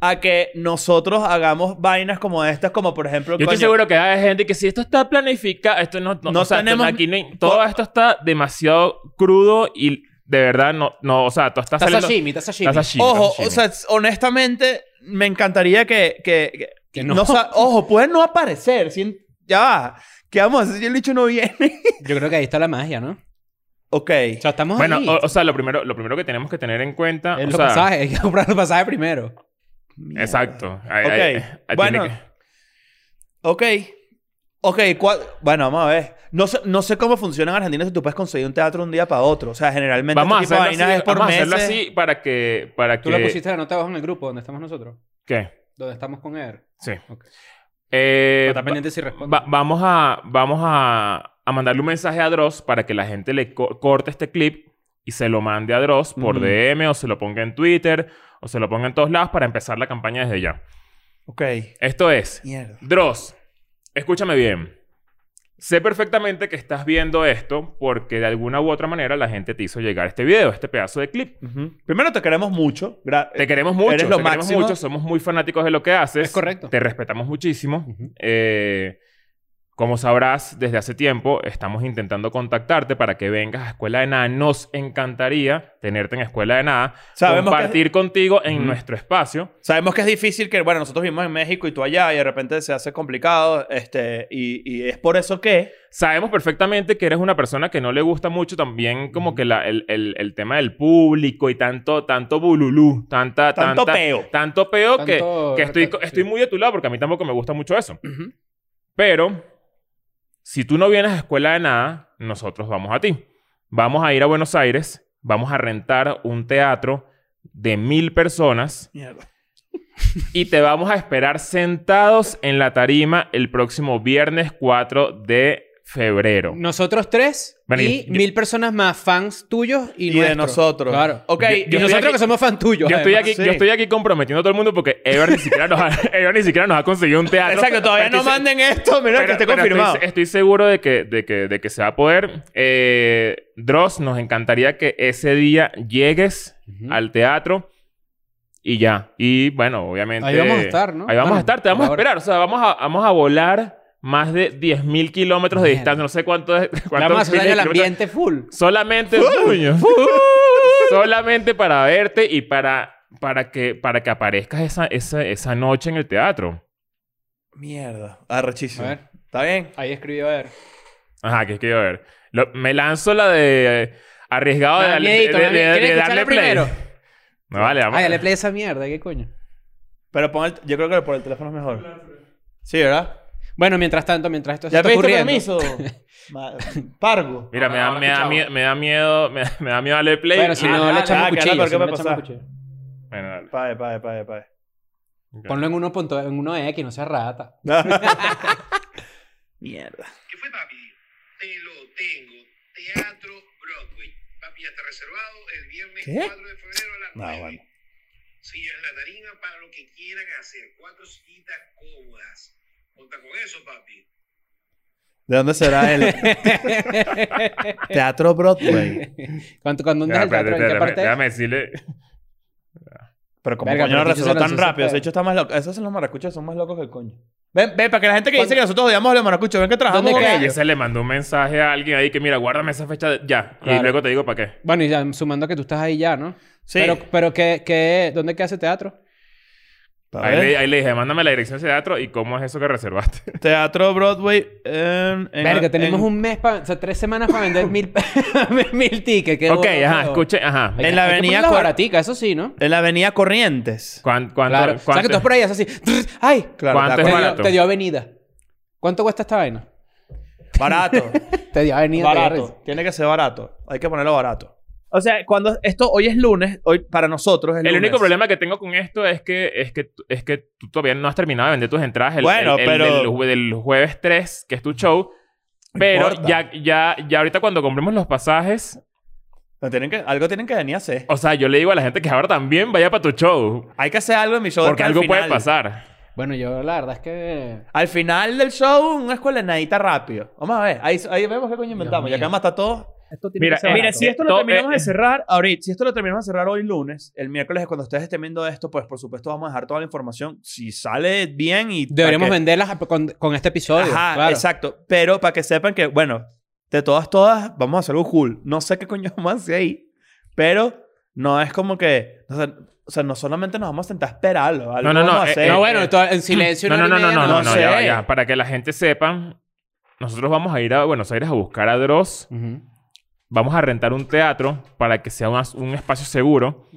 Speaker 4: a que nosotros hagamos vainas como estas, como por ejemplo.
Speaker 2: Yo estoy
Speaker 4: coño,
Speaker 2: seguro que hay gente que si esto está planificado, esto no, no,
Speaker 4: No
Speaker 2: o sea, esto-
Speaker 4: tenemos-
Speaker 2: aquí no hay- todo esto está demasiado crudo y de verdad no, no, o sea, tú estás
Speaker 3: Está
Speaker 2: saliendo.
Speaker 3: sashimi, está sashimi.
Speaker 2: Está sashimi,
Speaker 4: Ojo,
Speaker 2: está
Speaker 4: o
Speaker 2: sashimi.
Speaker 4: sea, honestamente, me encantaría que. que, que-
Speaker 3: Que
Speaker 4: no.
Speaker 3: no.
Speaker 4: sa- ojo, puede no aparecer. sin- ya va. ¿Qué vamos a hacer si el bicho no viene?
Speaker 3: Yo creo que ahí está la magia, ¿no?
Speaker 4: ok.
Speaker 3: O sea, estamos
Speaker 2: Bueno,
Speaker 3: ahí.
Speaker 2: o, o sea, lo primero, lo primero que tenemos que tener en cuenta.
Speaker 3: Es
Speaker 2: o
Speaker 3: los
Speaker 2: sea,
Speaker 3: pasajes, hay que comprar los pasajes primero.
Speaker 4: Mierda.
Speaker 2: Exacto. Ahí-
Speaker 4: Ok.
Speaker 2: ahí- ahí tiene
Speaker 4: bueno.
Speaker 2: que-
Speaker 4: Ok. Ok. cua- Bueno, vamos a ver. No sé, no sé cómo funciona en Argentina si tú puedes conseguir un teatro un día para otro. O sea, generalmente
Speaker 2: Vamos a
Speaker 4: este tipo de
Speaker 2: hacerlo así,
Speaker 4: vainas es por
Speaker 2: vamos a hacerlo
Speaker 4: meses.
Speaker 2: así para que... Para
Speaker 3: Tú
Speaker 2: que...
Speaker 3: lo pusiste la nota abajo en el grupo donde estamos nosotros.
Speaker 2: ¿Qué?
Speaker 3: Donde estamos con Ever.
Speaker 2: Sí.
Speaker 3: Ok.
Speaker 2: Eh,
Speaker 3: está pendiente si
Speaker 2: va-
Speaker 3: responde.
Speaker 2: va- vamos a, vamos a, a mandarle un mensaje a Dross para que la gente le co- corte este clip y se lo mande a Dross por
Speaker 4: Ujú.
Speaker 2: DM o se lo ponga en Twitter o se lo ponga en todos lados para empezar la campaña desde ya.
Speaker 4: Ok.
Speaker 2: Esto es,
Speaker 4: Mierda.
Speaker 2: Dross, escúchame bien. Sé perfectamente que estás viendo esto porque de alguna u otra manera la gente te hizo llegar este video, este pedazo de clip.
Speaker 4: Ujú. Primero te queremos mucho. Gra-
Speaker 2: Te queremos mucho.
Speaker 4: Eres lo
Speaker 2: te queremos
Speaker 4: máximo.
Speaker 2: mucho. Somos muy fanáticos de lo que haces.
Speaker 3: Es correcto.
Speaker 2: Te respetamos muchísimo.
Speaker 3: Ujú.
Speaker 2: Eh, como sabrás, desde hace tiempo estamos intentando contactarte para que vengas a Escuela de Nada. Nos encantaría tenerte en Escuela de Nada.
Speaker 4: Sabemos que-
Speaker 2: compartir contigo en
Speaker 4: Ujú.
Speaker 2: nuestro espacio.
Speaker 4: Sabemos que es difícil que, bueno, nosotros vivimos en México y tú allá y de repente se hace complicado, este, y, y es por eso que,
Speaker 2: Sabemos perfectamente que eres una persona que no le gusta mucho también como que la- el, el- el tema del público y tanto, tanto bululú, tanta,
Speaker 4: Tanto
Speaker 2: tanta-
Speaker 4: peo.
Speaker 2: Tanto peo que,
Speaker 3: Tanto
Speaker 2: que estoy,
Speaker 3: reto-
Speaker 2: estoy
Speaker 3: sí.
Speaker 2: muy de tu lado porque a mí tampoco me gusta mucho eso.
Speaker 3: Ujú.
Speaker 2: Pero si tú no vienes a escuela de nada, nosotros vamos a ti. Vamos a ir a Buenos Aires, vamos a rentar un teatro de mil personas
Speaker 4: Mierda.
Speaker 2: y te vamos a esperar sentados en la tarima el próximo viernes 4 de febrero.
Speaker 3: Nosotros tres
Speaker 2: Bueno,
Speaker 3: y
Speaker 2: yo- yo-
Speaker 3: mil personas más fans tuyos y,
Speaker 4: Y de
Speaker 3: nuestros.
Speaker 4: nosotros.
Speaker 3: Claro.
Speaker 4: Ok,
Speaker 2: Yo-
Speaker 4: y
Speaker 2: yo estoy
Speaker 3: Y
Speaker 4: nosotros-
Speaker 3: nosotros
Speaker 2: aquí-
Speaker 3: que somos fan tuyos.
Speaker 2: Yo estoy,
Speaker 3: además.
Speaker 2: aquí,
Speaker 4: sí.
Speaker 2: yo estoy aquí comprometiendo a todo el mundo porque Ever ni siquiera nos ha, Ever ni siquiera nos ha conseguido un teatro.
Speaker 4: Exacto, todavía
Speaker 2: Pero
Speaker 4: no
Speaker 2: estoy se-
Speaker 4: manden esto, mira que esté
Speaker 2: estoy-
Speaker 4: confirmado.
Speaker 2: Estoy, seguro de que, de, que, de que se va a poder. Eh, Dross, nos encantaría que ese día llegues
Speaker 3: Ujú.
Speaker 2: al teatro y ya. Y bueno, obviamente.
Speaker 3: Ahí vamos a estar, ¿no?
Speaker 2: Ahí vamos
Speaker 3: Bueno,
Speaker 2: a estar, te vamos a
Speaker 3: por ahora.
Speaker 2: esperar. O sea, vamos a, vamos a volar más de 10.000 kilómetros de
Speaker 3: Mierda.
Speaker 2: distancia. No sé cuánto es.
Speaker 3: La
Speaker 2: cuántos
Speaker 3: más
Speaker 2: miles
Speaker 3: daño
Speaker 2: de kilómetros.
Speaker 3: al ambiente full.
Speaker 2: Solamente, Coño. solamente para verte y para, para, que, para que aparezcas esa, esa, esa noche en el teatro.
Speaker 4: Mierda. Arrechísimo.
Speaker 3: A ver.
Speaker 4: ¿Está bien?
Speaker 3: Ahí escribió, a ver.
Speaker 2: Ajá, que es que iba a ver. Lo- me lanzo la de eh, arriesgado de,
Speaker 3: Me da
Speaker 2: darle- de-
Speaker 3: miedito, me da
Speaker 2: de-
Speaker 3: miedo.
Speaker 2: de-
Speaker 3: ¿Quieres
Speaker 2: de darle
Speaker 3: escucharlo
Speaker 2: play.
Speaker 3: primero?
Speaker 2: No, vale, vamos.
Speaker 3: Ah, ya le play esa mierda, ¿qué coño?
Speaker 4: Pero pon el- yo creo que por el teléfono es mejor. Sí, ¿verdad?
Speaker 3: Bueno, mientras tanto, mientras esto se
Speaker 4: ¿Ya
Speaker 3: está
Speaker 4: pediste
Speaker 3: ocurriendo.
Speaker 4: permiso? Ma- Pargo.
Speaker 2: Mira, me da,
Speaker 5: Ahora
Speaker 2: me, da,
Speaker 5: escuchamos.
Speaker 2: mie- me da miedo, me, da- me da miedo darle play.
Speaker 3: Ah, Bueno, si
Speaker 2: y-
Speaker 3: no,
Speaker 5: Ah,
Speaker 3: le
Speaker 5: ya,
Speaker 3: echamos
Speaker 4: ya, claro,
Speaker 3: cuchillo. si no
Speaker 4: ¿qué
Speaker 3: le
Speaker 4: va a
Speaker 3: echamos
Speaker 4: pasar?
Speaker 3: cuchillo.
Speaker 2: Bueno, dale.
Speaker 4: Pae, pae, pae, pae.
Speaker 2: Ok.
Speaker 3: Ponlo en 1.0, en 1X, no seas rata.
Speaker 4: Mierda.
Speaker 6: ¿Qué fue, papi? Te lo tengo. Teatro Broadway. Papi, ya está reservado el viernes
Speaker 4: ¿Qué?
Speaker 6: 4 de febrero a las
Speaker 4: No,
Speaker 6: 9.
Speaker 4: bueno.
Speaker 6: Sí, es la tarima para lo que quieran hacer. Cuatro sillitas cómodas. Conta con eso, papi.
Speaker 4: ¿De dónde será el Teatro Broadway?
Speaker 3: ¿Cuánto, cuando
Speaker 2: Ya,
Speaker 3: andas el
Speaker 2: espérate,
Speaker 3: teatro? ¿En qué
Speaker 2: espérate,
Speaker 3: parte?
Speaker 2: Déjame decirle.
Speaker 4: Pero como
Speaker 3: Verga,
Speaker 4: coño
Speaker 3: pero
Speaker 4: lo
Speaker 3: el bicho
Speaker 4: resolvió
Speaker 3: se
Speaker 4: tan
Speaker 3: lanzó ese
Speaker 4: rápido.
Speaker 3: pedo.
Speaker 4: De hecho, está más loco. Esos son los maracuchos, son más locos que el coño. Ven, ven, para que la gente que dice que nosotros odiamos a los maracuchos, ven que trabajamos
Speaker 3: ¿Dónde
Speaker 4: con
Speaker 3: queda?
Speaker 4: ellos.
Speaker 2: Ese le mandó un mensaje a alguien ahí que, mira, guárdame esa fecha de- ya.
Speaker 3: Claro.
Speaker 2: Y luego te digo para qué.
Speaker 3: Bueno, y ya, sumando que tú estás ahí ya, ¿no?
Speaker 4: Sí.
Speaker 3: Pero, pero ¿qué, qué, ¿dónde queda ese teatro?
Speaker 4: Pa'
Speaker 2: Ahí
Speaker 4: ver.
Speaker 2: le, ahí le dije, mándame la dirección de ese teatro y cómo es eso que reservaste.
Speaker 4: Teatro Broadway en... en-
Speaker 3: Verga, tenemos
Speaker 4: en-
Speaker 3: un mes para... O sea, tres semanas para vender mil, mil tickets. qué
Speaker 2: ok,
Speaker 3: bobo,
Speaker 2: ajá,
Speaker 3: huevón.
Speaker 2: escuche, ajá.
Speaker 3: Hay que-
Speaker 4: En la
Speaker 3: hay que
Speaker 4: avenida
Speaker 3: ponerla
Speaker 4: Cor-
Speaker 3: baratica, eso sí, ¿no?
Speaker 4: En la avenida Corrientes.
Speaker 2: ¿Cuán- cuánto-
Speaker 3: Claro. O sea, que
Speaker 2: cuánto-
Speaker 3: tú vas por ahí haces así. ¡Ay!
Speaker 4: Claro,
Speaker 2: ¿Cuánto
Speaker 4: está
Speaker 2: es
Speaker 3: Te
Speaker 4: con-
Speaker 3: dio,
Speaker 2: barato?
Speaker 3: te dio avenida. ¿Cuánto cuesta esta vaina?
Speaker 4: Barato.
Speaker 3: Te dio avenida. te dio risa.
Speaker 4: barato. Tiene que ser barato. Hay que ponerlo barato. O sea, cuando esto hoy es lunes, hoy para nosotros es
Speaker 2: El
Speaker 4: lunes.
Speaker 2: único problema que tengo con esto es que, es que, es que tú todavía no has terminado de vender tus entradas. El,
Speaker 4: Bueno,
Speaker 2: el- el
Speaker 4: pero-
Speaker 2: del jue- del, jueves 3, que es tu show. Pero
Speaker 4: importa.
Speaker 2: ya, ya, ya ahorita cuando compremos los pasajes,
Speaker 4: Lo tienen que, algo tienen que venir a hacer.
Speaker 2: o sea, yo le digo a la gente que ahora también vaya para tu show.
Speaker 4: Hay que hacer algo en mi show.
Speaker 2: Porque
Speaker 4: que al
Speaker 2: algo puede
Speaker 4: final-
Speaker 2: pasar.
Speaker 3: Bueno, yo la verdad es que...
Speaker 4: Al final del show, una escuelenadita rápido. Vamos a ver. Ahí, ahí vemos qué coño inventamos. Ya
Speaker 3: mío.
Speaker 4: que además está todo.
Speaker 2: Mira, eh,
Speaker 4: Mira, si esto lo
Speaker 2: to-
Speaker 4: terminamos
Speaker 2: eh,
Speaker 4: de cerrar ahorita, si esto lo terminamos de cerrar hoy lunes, el miércoles cuando ustedes estén viendo esto, pues por supuesto vamos a dejar toda la información. Si sale bien y... para
Speaker 3: Deberíamos
Speaker 4: que-
Speaker 3: venderlas a- con, con este episodio.
Speaker 4: Ajá,
Speaker 3: claro.
Speaker 4: exacto. Pero para que sepan que, bueno, de todas, todas, vamos a hacer algo cool. No sé qué coño vamos a hacer ahí, pero no es como que... O sea, o sea, no solamente nos vamos a sentar a esperarlo. algo
Speaker 2: No, no, no,
Speaker 4: vamos a
Speaker 2: eh,
Speaker 4: hacer.
Speaker 3: No, bueno, todo en silencio.
Speaker 2: No, no, no, no, no, no,
Speaker 4: no
Speaker 2: no, ya, va,
Speaker 4: sé.
Speaker 2: ya. Para que la gente sepa, nosotros vamos a ir a Buenos Aires a buscar a Dross. Vamos a rentar un teatro para que sea un as- un espacio seguro.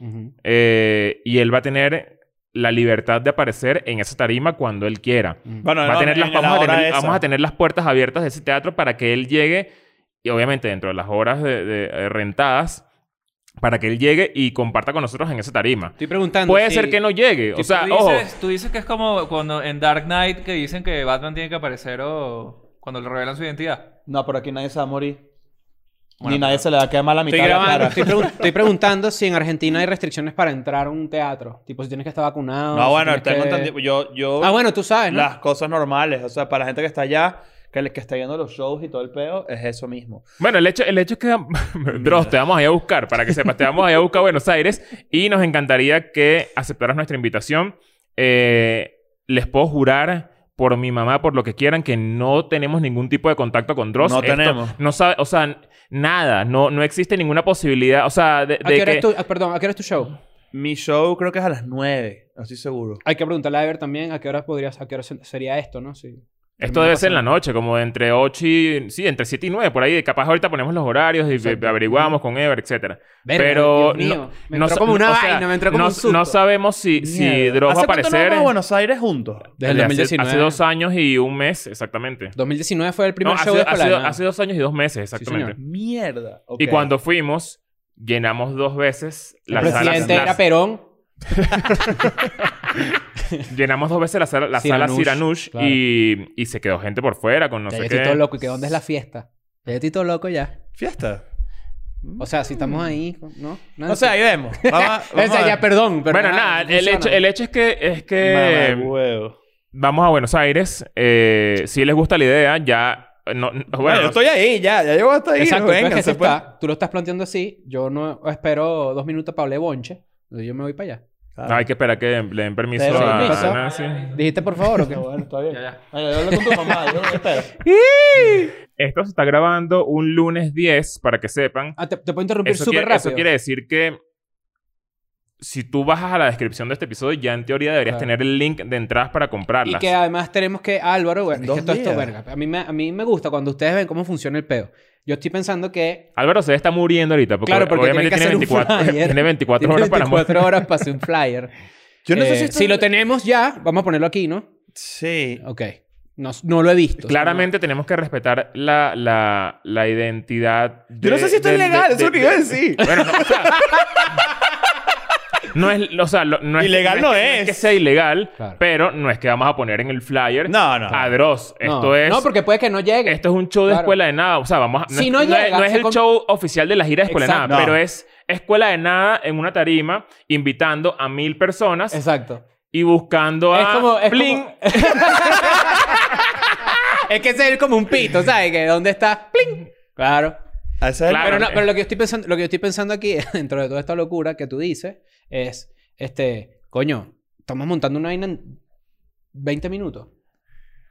Speaker 2: Eh, y él va a tener la libertad de aparecer en esa tarima cuando él quiera.
Speaker 4: Bueno,
Speaker 2: Va a
Speaker 4: no,
Speaker 2: tener las-
Speaker 4: en
Speaker 2: vamos,
Speaker 4: la
Speaker 2: a
Speaker 4: hora
Speaker 2: tener,
Speaker 4: esa.
Speaker 2: vamos a tener las puertas abiertas de ese teatro para que él llegue, y obviamente dentro de las horas de, de- eh, rentadas, para que él llegue y comparta con nosotros en esa tarima.
Speaker 3: Estoy preguntando.
Speaker 2: Puede
Speaker 3: si-
Speaker 2: ser que no llegue. O
Speaker 3: si
Speaker 2: sea,
Speaker 5: tú,
Speaker 2: ojo.
Speaker 5: dices, tú dices que es como cuando en Dark Knight que dicen que Batman tiene que aparecer o cuando le revelan su identidad.
Speaker 4: No, pero aquí nadie se va a morir.
Speaker 5: Bueno,
Speaker 4: Ni nadie se le va a quedar mal la mitad
Speaker 3: Estoy,
Speaker 4: de la
Speaker 3: grabando,
Speaker 4: cara.
Speaker 3: estoy, pregun- estoy preguntando si en Argentina hay restricciones para entrar a un teatro. Tipo, si tienes que estar vacunado.
Speaker 4: No,
Speaker 3: si
Speaker 4: bueno,
Speaker 3: tienes
Speaker 4: tengo
Speaker 3: que-
Speaker 4: entendido. Yo, yo
Speaker 3: Ah, bueno, tú sabes, ¿no?
Speaker 4: las cosas normales, o sea, para la gente que está allá, que, le- que está yendo a los shows y todo el peo, es eso mismo.
Speaker 2: Bueno, el hecho, el hecho es que... Dross, te vamos a ir a buscar. Para que sepas, te vamos a ir a buscar a Buenos Aires. Y nos encantaría que aceptaras nuestra invitación. Eh, les puedo jurar por mi mamá, por lo que quieran, que no tenemos ningún tipo de contacto con Dross.
Speaker 4: No tenemos.
Speaker 2: No sabe, o sea, nada. No, no existe ninguna posibilidad. O sea, de,
Speaker 3: ¿A
Speaker 2: de
Speaker 3: qué hora
Speaker 2: que...
Speaker 3: es tu, ah, perdón, ¿a qué hora es tu show?
Speaker 4: Mi show creo que es a las 9, no estoy seguro.
Speaker 3: Hay que preguntarle a Ever también a qué hora podrías, a qué hora se- sería esto, ¿no? Sí.
Speaker 2: Esto debe ser en la noche, como entre 8 y... Sí, entre 7 y 9, por ahí. Capaz ahorita ponemos los horarios y
Speaker 3: Exacto.
Speaker 2: averiguamos con Ever, etcétera.
Speaker 3: Verga,
Speaker 2: Pero
Speaker 3: Dios mío.
Speaker 2: no-
Speaker 3: me
Speaker 2: no
Speaker 3: entró
Speaker 2: sa-
Speaker 3: como una
Speaker 2: o sea,
Speaker 3: vaina, me entró como
Speaker 2: no,
Speaker 3: un susto.
Speaker 2: no sabemos si, si
Speaker 3: Mierda.
Speaker 2: Dross va a
Speaker 4: ¿Hace cuánto no
Speaker 2: aparecer...
Speaker 4: vamos a
Speaker 2: en-
Speaker 4: Buenos Aires juntos?
Speaker 3: Desde el
Speaker 2: Hace-
Speaker 3: 2019.
Speaker 2: Hace, dos años y un mes, exactamente.
Speaker 3: 2019 fue el
Speaker 2: No,
Speaker 3: primer
Speaker 2: hace,
Speaker 3: show de
Speaker 2: hace-
Speaker 3: Escuela de Nada.
Speaker 2: hace dos años y dos meses, exactamente.
Speaker 3: señor.
Speaker 4: Mierda. ok.
Speaker 2: Y cuando fuimos, llenamos dos veces
Speaker 3: El
Speaker 2: la sala.
Speaker 3: presidente
Speaker 2: la-
Speaker 3: era Perón.
Speaker 2: llenamos dos veces la sala, la sala
Speaker 3: Siranush,
Speaker 2: Siranush
Speaker 3: claro.
Speaker 2: y, y se quedó gente por fuera con no
Speaker 3: ya yo
Speaker 2: sé
Speaker 3: estoy
Speaker 2: qué.
Speaker 3: todo loco. ¿Y que dónde es la fiesta? Ya yo estoy todo loco ya.
Speaker 4: Fiesta.
Speaker 3: O sea, si estamos ahí, ¿no? Nada,
Speaker 4: O sea, ahí vemos. Vamos a-
Speaker 3: sí.
Speaker 4: vamos
Speaker 3: O sea,
Speaker 4: a
Speaker 3: ya,
Speaker 4: ver.
Speaker 3: perdón. pero
Speaker 2: bueno, nada,
Speaker 3: no
Speaker 2: el,
Speaker 3: funciona.
Speaker 2: hecho, el hecho es que, es que
Speaker 4: Mamagüevo.
Speaker 2: vamos a Buenos Aires. eh, si les gusta la idea, ya... No, no- bueno,
Speaker 4: Bueno, yo estoy ahí, ya. Ya llego hasta ahí.
Speaker 3: Exacto,
Speaker 4: venga,
Speaker 3: el peor es que
Speaker 4: se
Speaker 3: tú,
Speaker 4: puede.
Speaker 3: estás- tú lo estás planteando así. Yo no espero dos minutos para hablar bonche. Entonces yo me voy para allá.
Speaker 4: Claro.
Speaker 2: No, hay que esperar que le den permiso
Speaker 4: Pero,
Speaker 2: a
Speaker 3: ¿qué pasó?
Speaker 2: Ana, Ah, sí.
Speaker 3: ¿Dijiste por favor o qué?
Speaker 4: Está bueno, está bien.
Speaker 5: Ya, ya.
Speaker 4: Ay, yo hablo con tu mamá, yo espero.
Speaker 2: Esto se está grabando un lunes 10, para que sepan.
Speaker 3: Ah, te, te puedo interrumpir
Speaker 2: Eso
Speaker 3: súper
Speaker 2: quiere, eso
Speaker 3: rápido.
Speaker 2: quiere decir que si tú bajas a la descripción de este episodio, ya en teoría deberías
Speaker 3: Claro.
Speaker 2: tener el link de entradas para
Speaker 3: Ah. Y
Speaker 2: comprarlas.
Speaker 3: que además tenemos que, Álvaro, bueno, es
Speaker 4: Dos
Speaker 3: que todo esto,
Speaker 4: días.
Speaker 3: verga. A mí, me, a mí me gusta cuando ustedes ven cómo funciona el peo. Yo estoy pensando que
Speaker 2: Álvaro se está muriendo ahorita porque,
Speaker 3: Claro, porque
Speaker 2: obviamente tiene,
Speaker 3: tiene que hacer un
Speaker 2: 24,
Speaker 3: flyer.
Speaker 2: tiene 24
Speaker 3: tiene
Speaker 2: horas para
Speaker 3: 24 horas para hacer un flyer.
Speaker 4: Yo no sé
Speaker 3: Eh,
Speaker 4: si esto-
Speaker 3: lo tenemos ya, vamos a ponerlo aquí, ¿no?
Speaker 4: Sí.
Speaker 3: Ok. No, no lo he visto.
Speaker 2: Claramente tenemos que respetar la, la, la identidad.
Speaker 4: Yo no sé si esto es legal, eso es lo que iba a decir.
Speaker 2: Bueno, no, o sea. No es, o sea, lo- no es
Speaker 4: Ilegal
Speaker 2: no
Speaker 4: no
Speaker 2: es, que- no es que
Speaker 4: es.
Speaker 2: sea ilegal,
Speaker 3: Claro.
Speaker 2: pero no es que vamos a poner en el flyer
Speaker 4: No, no.
Speaker 2: a Dross.
Speaker 3: No,
Speaker 2: Esto es
Speaker 3: No, porque puede que no llegue.
Speaker 2: esto es un show de
Speaker 3: Claro.
Speaker 2: escuela de nada, o sea, vamos a,
Speaker 3: Si
Speaker 2: es-
Speaker 3: no
Speaker 2: es-
Speaker 3: llega,
Speaker 2: es
Speaker 3: se
Speaker 2: el
Speaker 3: con-
Speaker 2: show oficial de la gira de escuela de nada,
Speaker 4: Exacto.
Speaker 2: pero
Speaker 4: No.
Speaker 2: es escuela de nada en una tarima invitando a mil personas
Speaker 3: Exacto.
Speaker 2: y buscando a
Speaker 3: es como. Es,
Speaker 2: Blink.
Speaker 3: como- es que ese es como un pito, ¿sabes? Que dónde está. Pling. Claro.
Speaker 4: A ese es el-
Speaker 2: Claro.
Speaker 3: Pero, no,
Speaker 2: eh.
Speaker 3: pero lo, que yo estoy pensando, lo que yo estoy pensando aquí, dentro de toda esta locura que tú dices, es, este, coño, estamos montando una vaina en 20 minutos.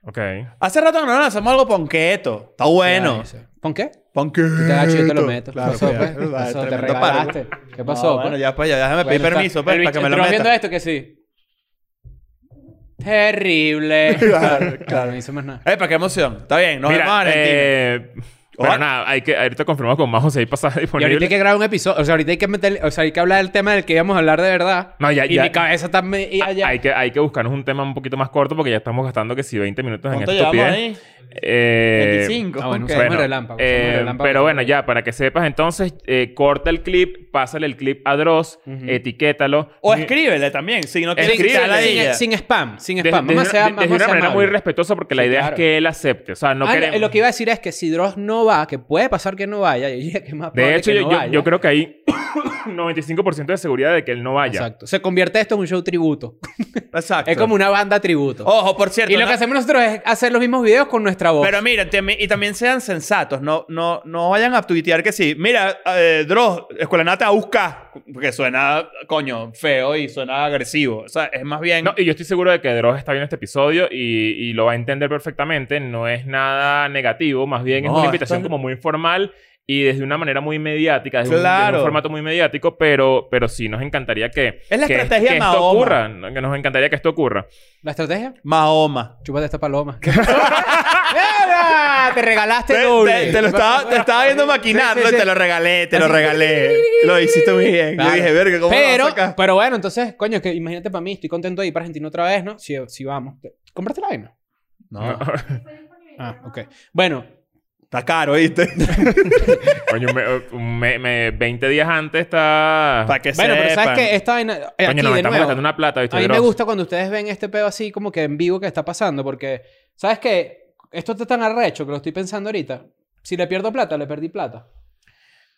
Speaker 2: Ok.
Speaker 4: Hace rato que no lanzamos algo ponqueto. Está bueno.
Speaker 3: ¿Con qué?
Speaker 4: Ponqueto.
Speaker 3: Tú te agachas y yo te lo meto.
Speaker 4: Claro,
Speaker 3: ¿Qué pasó,
Speaker 4: cuidado.
Speaker 3: pues? ¿Qué
Speaker 4: Vale,
Speaker 3: pasó? ¿Te
Speaker 4: tremendo paro.
Speaker 3: regalaste? ¿Qué pasó?
Speaker 4: No,
Speaker 3: pues?
Speaker 4: bueno, ya, pues, ya déjame pedir
Speaker 3: Bueno, está-
Speaker 4: permiso, pues,
Speaker 3: el
Speaker 4: para que
Speaker 3: bicho-
Speaker 4: me lo
Speaker 3: pero viendo
Speaker 4: meta.
Speaker 3: esto que sí. Terrible.
Speaker 4: Claro, claro.
Speaker 3: No hice más nada.
Speaker 4: Eh, para qué emoción. Está bien, nos vemos en
Speaker 2: Mira,
Speaker 4: Argentina.
Speaker 2: eh, pero
Speaker 4: Ojalá.
Speaker 2: nada, hay que, ahorita confirmamos con Majo si hay pasadas
Speaker 3: Y ahorita hay
Speaker 2: disponibles.
Speaker 3: que grabar un episodio. O sea, ahorita hay que meterle- O sea, hay que hablar del tema del que íbamos a hablar de verdad.
Speaker 2: No, ya-
Speaker 3: y
Speaker 2: ya. Ah,
Speaker 3: mi cabeza está me- y allá.
Speaker 2: Hay que, hay que buscarnos un tema un poquito más corto porque ya estamos gastando que si 20 minutos en
Speaker 4: ¿Cuánto
Speaker 2: esto.
Speaker 4: llevamos ahí?
Speaker 2: Eh,
Speaker 4: 25.
Speaker 3: Ah, bueno,
Speaker 4: Ok.
Speaker 3: sí. Somos relámpagos, somos
Speaker 2: eh,
Speaker 3: relámpagos.
Speaker 2: Pero bueno, ya, para que sepas, entonces, eh, corta el clip, pásale el clip a Dross,
Speaker 3: Ujú.
Speaker 2: etiquétalo.
Speaker 4: O
Speaker 2: Ni-
Speaker 4: escríbele también, si no quieres
Speaker 2: Escríbele.
Speaker 4: quitar la
Speaker 3: sin, e-
Speaker 4: ella.
Speaker 3: sin spam, sin
Speaker 2: desde-
Speaker 3: spam.
Speaker 2: desde
Speaker 3: vamos a ser
Speaker 2: una-
Speaker 3: am-
Speaker 2: desde
Speaker 3: vamos a
Speaker 2: una
Speaker 3: ser
Speaker 2: manera muy
Speaker 3: amables.
Speaker 2: respetuosa porque la
Speaker 3: Sí,
Speaker 2: idea es
Speaker 3: claro.
Speaker 2: que él acepte. O sea, no
Speaker 3: Ah,
Speaker 2: queremos...
Speaker 3: Lo que iba a decir es que si Dross no va, que puede pasar que no vaya, yo diría que es más
Speaker 2: De
Speaker 3: probable
Speaker 2: hecho,
Speaker 3: que
Speaker 2: yo,
Speaker 3: no
Speaker 2: yo-
Speaker 3: vaya.
Speaker 2: yo creo que hay 95% de seguridad de que él no vaya.
Speaker 3: Exacto. Se convierte esto en un show tributo.
Speaker 4: Exacto.
Speaker 3: Es como una banda tributo.
Speaker 2: Oh,
Speaker 4: Ojo, por cierto.
Speaker 3: y lo
Speaker 4: no-
Speaker 3: que hacemos nosotros es hacer los mismos videos con nuestra voz.
Speaker 4: Pero mira, temi- y también sean sensatos. No, no, no vayan a tuitear que sí. Mira, eh, Dross, Escuela Nata busca. Porque suena, coño, feo y suena agresivo. O sea, es más bien...
Speaker 2: No, y yo estoy seguro de que Dross está viendo este episodio y, y lo va a entender perfectamente. No es nada negativo, más bien es
Speaker 4: No,
Speaker 2: una invitación
Speaker 4: esto es-
Speaker 2: como muy formal y desde una manera muy mediática, desde, un- desde un,
Speaker 4: Claro.
Speaker 2: formato muy mediático, pero, pero sí nos encantaría que,
Speaker 4: Es la
Speaker 2: que-
Speaker 4: estrategia
Speaker 2: que esto
Speaker 4: Mahoma.
Speaker 2: ocurra. ¿no? Que nos encantaría que esto ocurra.
Speaker 3: ¿La estrategia?
Speaker 4: Mahoma.
Speaker 3: Chúpate esta paloma. ¡Mierda! Te regalaste
Speaker 4: Te,
Speaker 3: doble.
Speaker 4: te- te lo estaba, te estaba viendo maquinando
Speaker 3: Sí, sí,
Speaker 4: y te
Speaker 3: sí.
Speaker 4: lo regalé, te lo regalé. lo hiciste muy bien.
Speaker 3: Claro.
Speaker 4: Yo dije, verga, ¿cómo
Speaker 3: pero, pues,
Speaker 4: lo sacas?
Speaker 3: pero bueno, entonces, coño, que imagínate para mí, estoy contento de ir para Argentina otra vez, ¿no? Si, si vamos. ¿Compraste la vaina?
Speaker 4: No,
Speaker 3: Ah, ok. Bueno,
Speaker 4: está caro, ¿viste?
Speaker 2: Coño, me- me- me- 20 días antes está...
Speaker 4: Para que
Speaker 3: bueno, pero
Speaker 4: sepan.
Speaker 3: ¿sabes que Esta vaina... eh, aquí,
Speaker 2: Coño, nos
Speaker 3: de
Speaker 2: estamos
Speaker 3: nuevo,
Speaker 2: gastando una plata, ¿viste?
Speaker 3: A mí me
Speaker 2: Dross?
Speaker 3: gusta cuando ustedes ven este pedo así como que en vivo que está pasando, porque, ¿sabes qué? Esto está tan arrecho que lo estoy pensando ahorita. Si le pierdo plata, le perdí plata.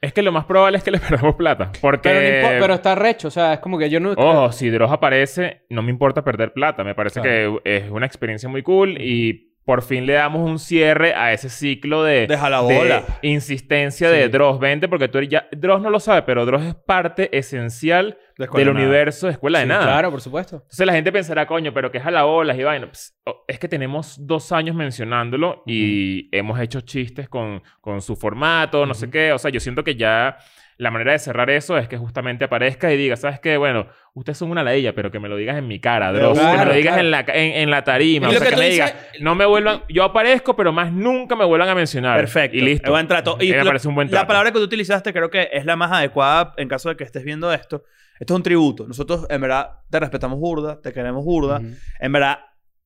Speaker 2: Es que lo más probable es que le perdamos plata. Porque...
Speaker 3: Pero, no impo- pero está arrecho, o sea, es como que yo no...
Speaker 2: Ojo, si Dross aparece, no me importa perder plata. Me parece que es una experiencia muy cool y por fin le damos un cierre a ese ciclo de...
Speaker 4: Deja la
Speaker 2: de
Speaker 4: bola.
Speaker 2: insistencia de
Speaker 3: Sí.
Speaker 2: Dross. Vente porque tú eres ya... Dross no lo sabe, pero Dross es parte esencial
Speaker 4: De Escuela
Speaker 2: del
Speaker 4: de Nada.
Speaker 2: universo de Escuela de
Speaker 3: Sí,
Speaker 2: Nada.
Speaker 3: Claro, por supuesto.
Speaker 2: Entonces la gente pensará, coño, pero que es a la ola y vaina. Pss, oh, es que tenemos dos años mencionándolo y hemos hecho chistes con, con su formato, no sé qué. O sea, yo siento que ya la manera de cerrar eso es que justamente aparezca y diga, ¿sabes qué? Bueno, ustedes son una ladilla, pero que me lo digas en mi cara,
Speaker 4: Pero
Speaker 2: Dross. que me
Speaker 3: claro,
Speaker 2: lo digas
Speaker 3: claro.
Speaker 2: en, la, ca- en, en la tarima.
Speaker 4: Y
Speaker 2: O
Speaker 4: lo
Speaker 2: sea, que,
Speaker 4: que tú
Speaker 2: me
Speaker 4: dices-
Speaker 2: digas, no me vuelvan... Yo aparezco, pero más nunca me vuelvan a mencionar.
Speaker 4: Perfecto.
Speaker 2: Y listo.
Speaker 4: Es buen trato. Y
Speaker 2: Eh, me
Speaker 4: lo-
Speaker 2: parece un buen trato.
Speaker 4: La palabra que tú utilizaste creo que es la más adecuada en caso de que estés viendo esto. Esto es un tributo. Nosotros, en verdad, te respetamos burda, te queremos burda.
Speaker 3: Ujú.
Speaker 4: En verdad,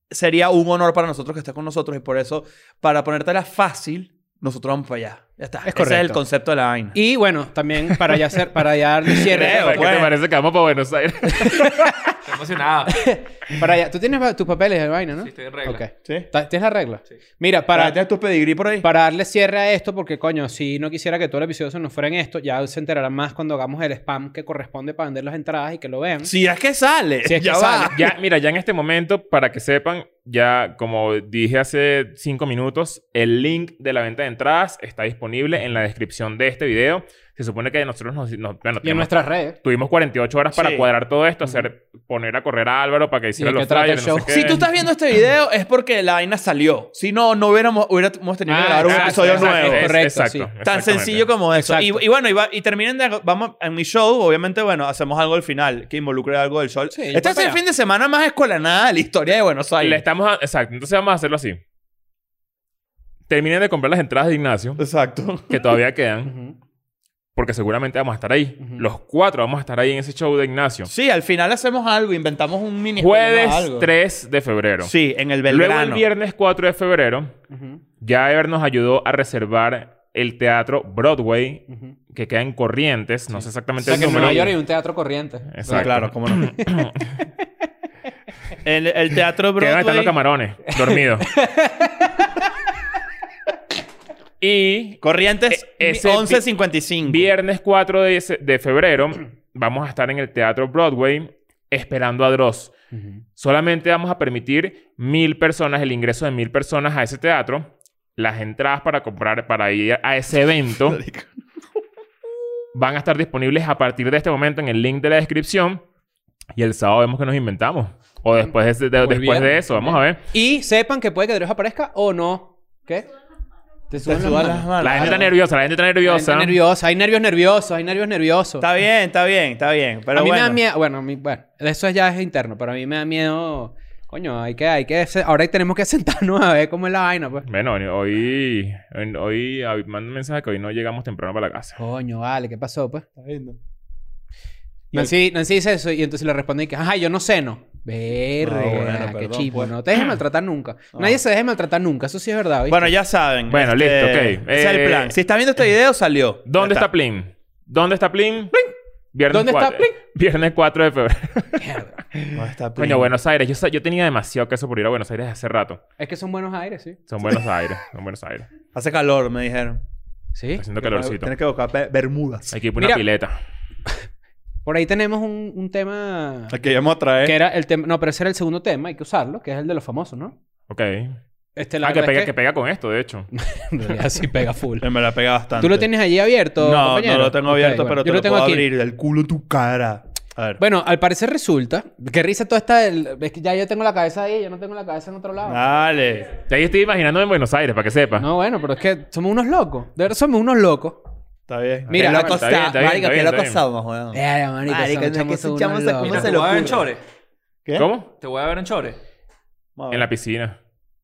Speaker 4: sería un honor para nosotros que estés con nosotros y por eso, para ponértela fácil, nosotros vamos para allá. Ya está.
Speaker 3: Es
Speaker 4: Ese es el
Speaker 3: correcto.
Speaker 4: concepto de la vaina.
Speaker 3: Y bueno, también para ya hacer, para ya darle cierre.
Speaker 4: Creo, pues.
Speaker 2: ¿Qué
Speaker 4: bueno.
Speaker 2: te parece que vamos para Buenos Aires?
Speaker 5: Estoy emocionado.
Speaker 3: Para ya, tú tienes va- tus papeles de vaina, ¿no?
Speaker 5: Sí, estoy en regla.
Speaker 3: Ok.
Speaker 4: ¿Sí?
Speaker 3: Ta- ¿Tienes la regla?
Speaker 5: Sí.
Speaker 3: Mira,
Speaker 4: Para...
Speaker 3: para,
Speaker 4: ¿Tienes tu pedigrí por ahí?
Speaker 3: para darle cierre a esto, porque coño, si no quisiera que todo el episodio se nos fuera en esto, ya se enterarán más cuando hagamos el spam que corresponde para vender las entradas y que lo vean.
Speaker 4: Si es que sale.
Speaker 3: Si es que
Speaker 4: ya
Speaker 3: sale.
Speaker 4: va.
Speaker 2: Ya, mira, ya en este momento, para que sepan, ya como dije hace cinco minutos, el link de la venta de entradas está disponible en la descripción de este video. Se supone que nosotros nos... nos- bueno,
Speaker 3: Y en
Speaker 2: tenemos-
Speaker 3: nuestras redes.
Speaker 2: Tuvimos 48 horas para
Speaker 4: Sí.
Speaker 2: cuadrar todo esto, hacer, poner a correr a Álvaro para que hiciera
Speaker 3: de qué
Speaker 2: los
Speaker 3: trata el
Speaker 2: trailers, no sé
Speaker 3: show?
Speaker 2: qué.
Speaker 4: Si tú estás viendo este video es porque la vaina salió. Si no, no hubiéramos, hubiéramos tenido que
Speaker 3: Ah,
Speaker 4: grabar un
Speaker 3: exacto,
Speaker 4: episodio
Speaker 3: exacto,
Speaker 4: nuevo.
Speaker 3: exacto. Correcto, sí.
Speaker 4: Tan sencillo como eso. Y,
Speaker 3: Exacto.
Speaker 4: y bueno, y, va- y terminen de- vamos en mi show, obviamente, bueno, hacemos algo al final que involucre algo del sol.
Speaker 3: Sí,
Speaker 4: este es
Speaker 3: para
Speaker 4: el
Speaker 3: allá.
Speaker 4: fin de semana más escuelanada de la historia de Buenos
Speaker 2: Le
Speaker 4: Aires.
Speaker 2: estamos... a- exacto. Entonces vamos a hacerlo así. Terminen de comprar las entradas de Ignacio,
Speaker 4: Exacto.
Speaker 2: que todavía quedan,
Speaker 3: Ujú.
Speaker 2: porque seguramente vamos a estar ahí.
Speaker 3: Ujú.
Speaker 2: Los cuatro vamos a estar ahí en ese show de Ignacio.
Speaker 4: Sí, al final hacemos algo, inventamos un mini
Speaker 2: Jueves
Speaker 4: juego, algo.
Speaker 2: 3 de febrero.
Speaker 4: Sí, en el
Speaker 2: Luego
Speaker 4: Belgrano.
Speaker 2: el viernes 4 de febrero,
Speaker 3: Ujú.
Speaker 2: ya Ever nos ayudó a reservar el teatro Broadway,
Speaker 3: Ujú.
Speaker 2: que queda en Corrientes. No sé
Speaker 3: O
Speaker 2: exactamente
Speaker 3: sea que
Speaker 2: el
Speaker 3: en
Speaker 2: número.
Speaker 3: Nueva York hay un teatro corriente.
Speaker 2: Exacto.
Speaker 4: Claro, cómo no. el, el Teatro
Speaker 2: Que deben
Speaker 4: Broadway.
Speaker 2: estar los camarones, dormidos. y
Speaker 4: Corrientes
Speaker 2: E- ese vi-
Speaker 4: 11.55.
Speaker 2: viernes 4 de, se- de febrero vamos a estar en el Teatro Broadway esperando a Dross.
Speaker 3: Ujú.
Speaker 2: Solamente vamos a permitir mil personas, el ingreso de mil personas a ese teatro. Las entradas para comprar, para ir a ese evento, van a estar disponibles a partir de este momento en el link de la descripción. Y el sábado vemos que nos inventamos. O después de, de-
Speaker 3: O el
Speaker 2: después de
Speaker 3: viernes
Speaker 2: eso, vamos a ver.
Speaker 3: Y sepan que puede que Dross aparezca o no. ¿Qué? Te
Speaker 4: Te
Speaker 3: sudan
Speaker 4: sudan
Speaker 3: las
Speaker 4: las
Speaker 3: manos.
Speaker 4: manos.
Speaker 2: La gente está
Speaker 4: Claro.
Speaker 2: nerviosa, la gente está
Speaker 3: La gente
Speaker 2: nerviosa.
Speaker 3: nerviosa. Hay nervios nerviosos. Hay nervios nerviosos.
Speaker 4: Está bien, está bien, está bien. Pero
Speaker 3: a mí
Speaker 4: bueno.
Speaker 3: me da miedo, bueno, a mí- bueno, eso ya es interno, pero a mí me da miedo, coño, hay que, hay que, se- ahora tenemos que sentarnos a ver cómo es la vaina, pues.
Speaker 2: Bueno, hoy, hoy, hoy ah, manda un mensaje que hoy no llegamos temprano para la casa.
Speaker 3: Coño, vale, ¿qué pasó, pues? Nancy, Nancy dice eso y entonces le responde y que, ajá, yo no ceno. Verga,
Speaker 4: No, Ah, bueno,
Speaker 3: qué
Speaker 4: perdón,
Speaker 3: chimo,
Speaker 4: pues.
Speaker 3: no te dejes maltratar nunca.
Speaker 4: No.
Speaker 3: Nadie se deje maltratar nunca, eso sí es verdad, ¿oíste?
Speaker 4: Bueno, ya saben. este,
Speaker 2: Bueno, listo, ok.
Speaker 4: Ese es el
Speaker 2: Eh,
Speaker 4: plan. Si estás viendo este video, salió.
Speaker 2: ¿Dónde
Speaker 4: Ya
Speaker 2: está Plin? ¿Dónde está Plin? Viernes
Speaker 3: ¿Dónde está
Speaker 2: 4. Viernes 4 de febrero.
Speaker 3: Mierda.
Speaker 4: ¿Dónde está Plin?
Speaker 2: Coño, Buenos Aires. Yo, sa- yo tenía demasiado que eso por ir a Buenos Aires hace rato.
Speaker 3: Es que son buenos aires, ¿sí?
Speaker 2: Son Buenos Aires. Son Buenos Aires.
Speaker 4: Hace calor, me dijeron.
Speaker 3: Sí.
Speaker 2: Está haciendo calorcito.
Speaker 4: Tienes que buscar be- Bermudas.
Speaker 2: Hay que ir por una
Speaker 3: Mira.
Speaker 2: pileta.
Speaker 3: Por ahí tenemos un, un tema
Speaker 4: Aquí vamos a traer.
Speaker 3: que era el tema, no, pero ese era el segundo tema, hay que usarlo, que es el de los famosos, ¿no?
Speaker 2: Ok.
Speaker 3: Este, la
Speaker 2: Ah, que
Speaker 3: verdad
Speaker 2: pega,
Speaker 3: es
Speaker 2: que pega con esto, de hecho.
Speaker 3: En realidad sí pega full.
Speaker 4: Eh, Me la pega bastante.
Speaker 3: ¿Tú lo tienes allí abierto?
Speaker 4: No,
Speaker 3: compañero?
Speaker 4: no lo tengo
Speaker 3: Ok,
Speaker 4: abierto,
Speaker 3: bueno,
Speaker 4: pero te
Speaker 3: yo
Speaker 4: lo,
Speaker 3: lo tengo
Speaker 4: puedo
Speaker 3: aquí.
Speaker 4: abrir. Del culo tu cara. A ver.
Speaker 3: Bueno, al parecer resulta. que risa toda esta. del- Es que ya yo tengo la cabeza ahí, yo no tengo la cabeza en otro lado.
Speaker 4: Dale.
Speaker 2: Ya yo estoy imaginándome en Buenos Aires, para que sepas.
Speaker 3: No, bueno, pero es que somos unos locos. De verdad, somos unos locos.
Speaker 4: Está bien.
Speaker 3: Mira,
Speaker 4: Qué
Speaker 2: está bien, está bien,
Speaker 4: marico,
Speaker 2: está bien, está bien.
Speaker 4: somos, weón.
Speaker 3: Eh, marico,
Speaker 4: Marico,
Speaker 3: somos-
Speaker 4: ¿no?
Speaker 3: somos
Speaker 4: ¿Qué
Speaker 3: unos
Speaker 4: chamos?
Speaker 3: locos.
Speaker 4: ¿Cómo
Speaker 5: Mira,
Speaker 4: se
Speaker 5: te voy a ver en
Speaker 4: ocurre?
Speaker 5: chore.
Speaker 4: ¿Qué?
Speaker 2: ¿Cómo?
Speaker 5: Te voy a ver en chore.
Speaker 2: En
Speaker 3: eh.
Speaker 2: la piscina.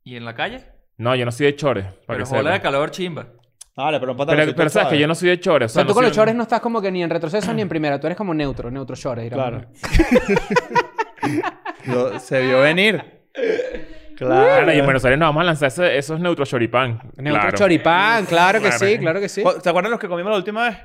Speaker 5: ¿Y en la calle?
Speaker 2: No, yo no soy de chores. Para
Speaker 5: Pero
Speaker 2: que
Speaker 5: jola de
Speaker 2: sepas.
Speaker 5: calor chimba.
Speaker 4: Dale, pero empátalo si
Speaker 2: Pero,
Speaker 4: tú
Speaker 2: pero sabes que yo no soy de chores. O
Speaker 3: O
Speaker 2: sea,
Speaker 3: sea, tú con
Speaker 2: soy
Speaker 3: los chores
Speaker 2: un-
Speaker 3: no estás como que ni en retroceso ni en primera. Tú eres como neutro, neutro chores. diríamos.
Speaker 4: Claro. Lo- se vio venir. Claro.
Speaker 2: Claro, Ah, y en Buenos Aires nos vamos a lanzar ese- esos neutro choripán.
Speaker 3: Neutro
Speaker 2: Claro.
Speaker 3: choripán, claro que
Speaker 2: Claro.
Speaker 3: sí, claro que sí.
Speaker 4: ¿Te acuerdas los que comimos la última vez?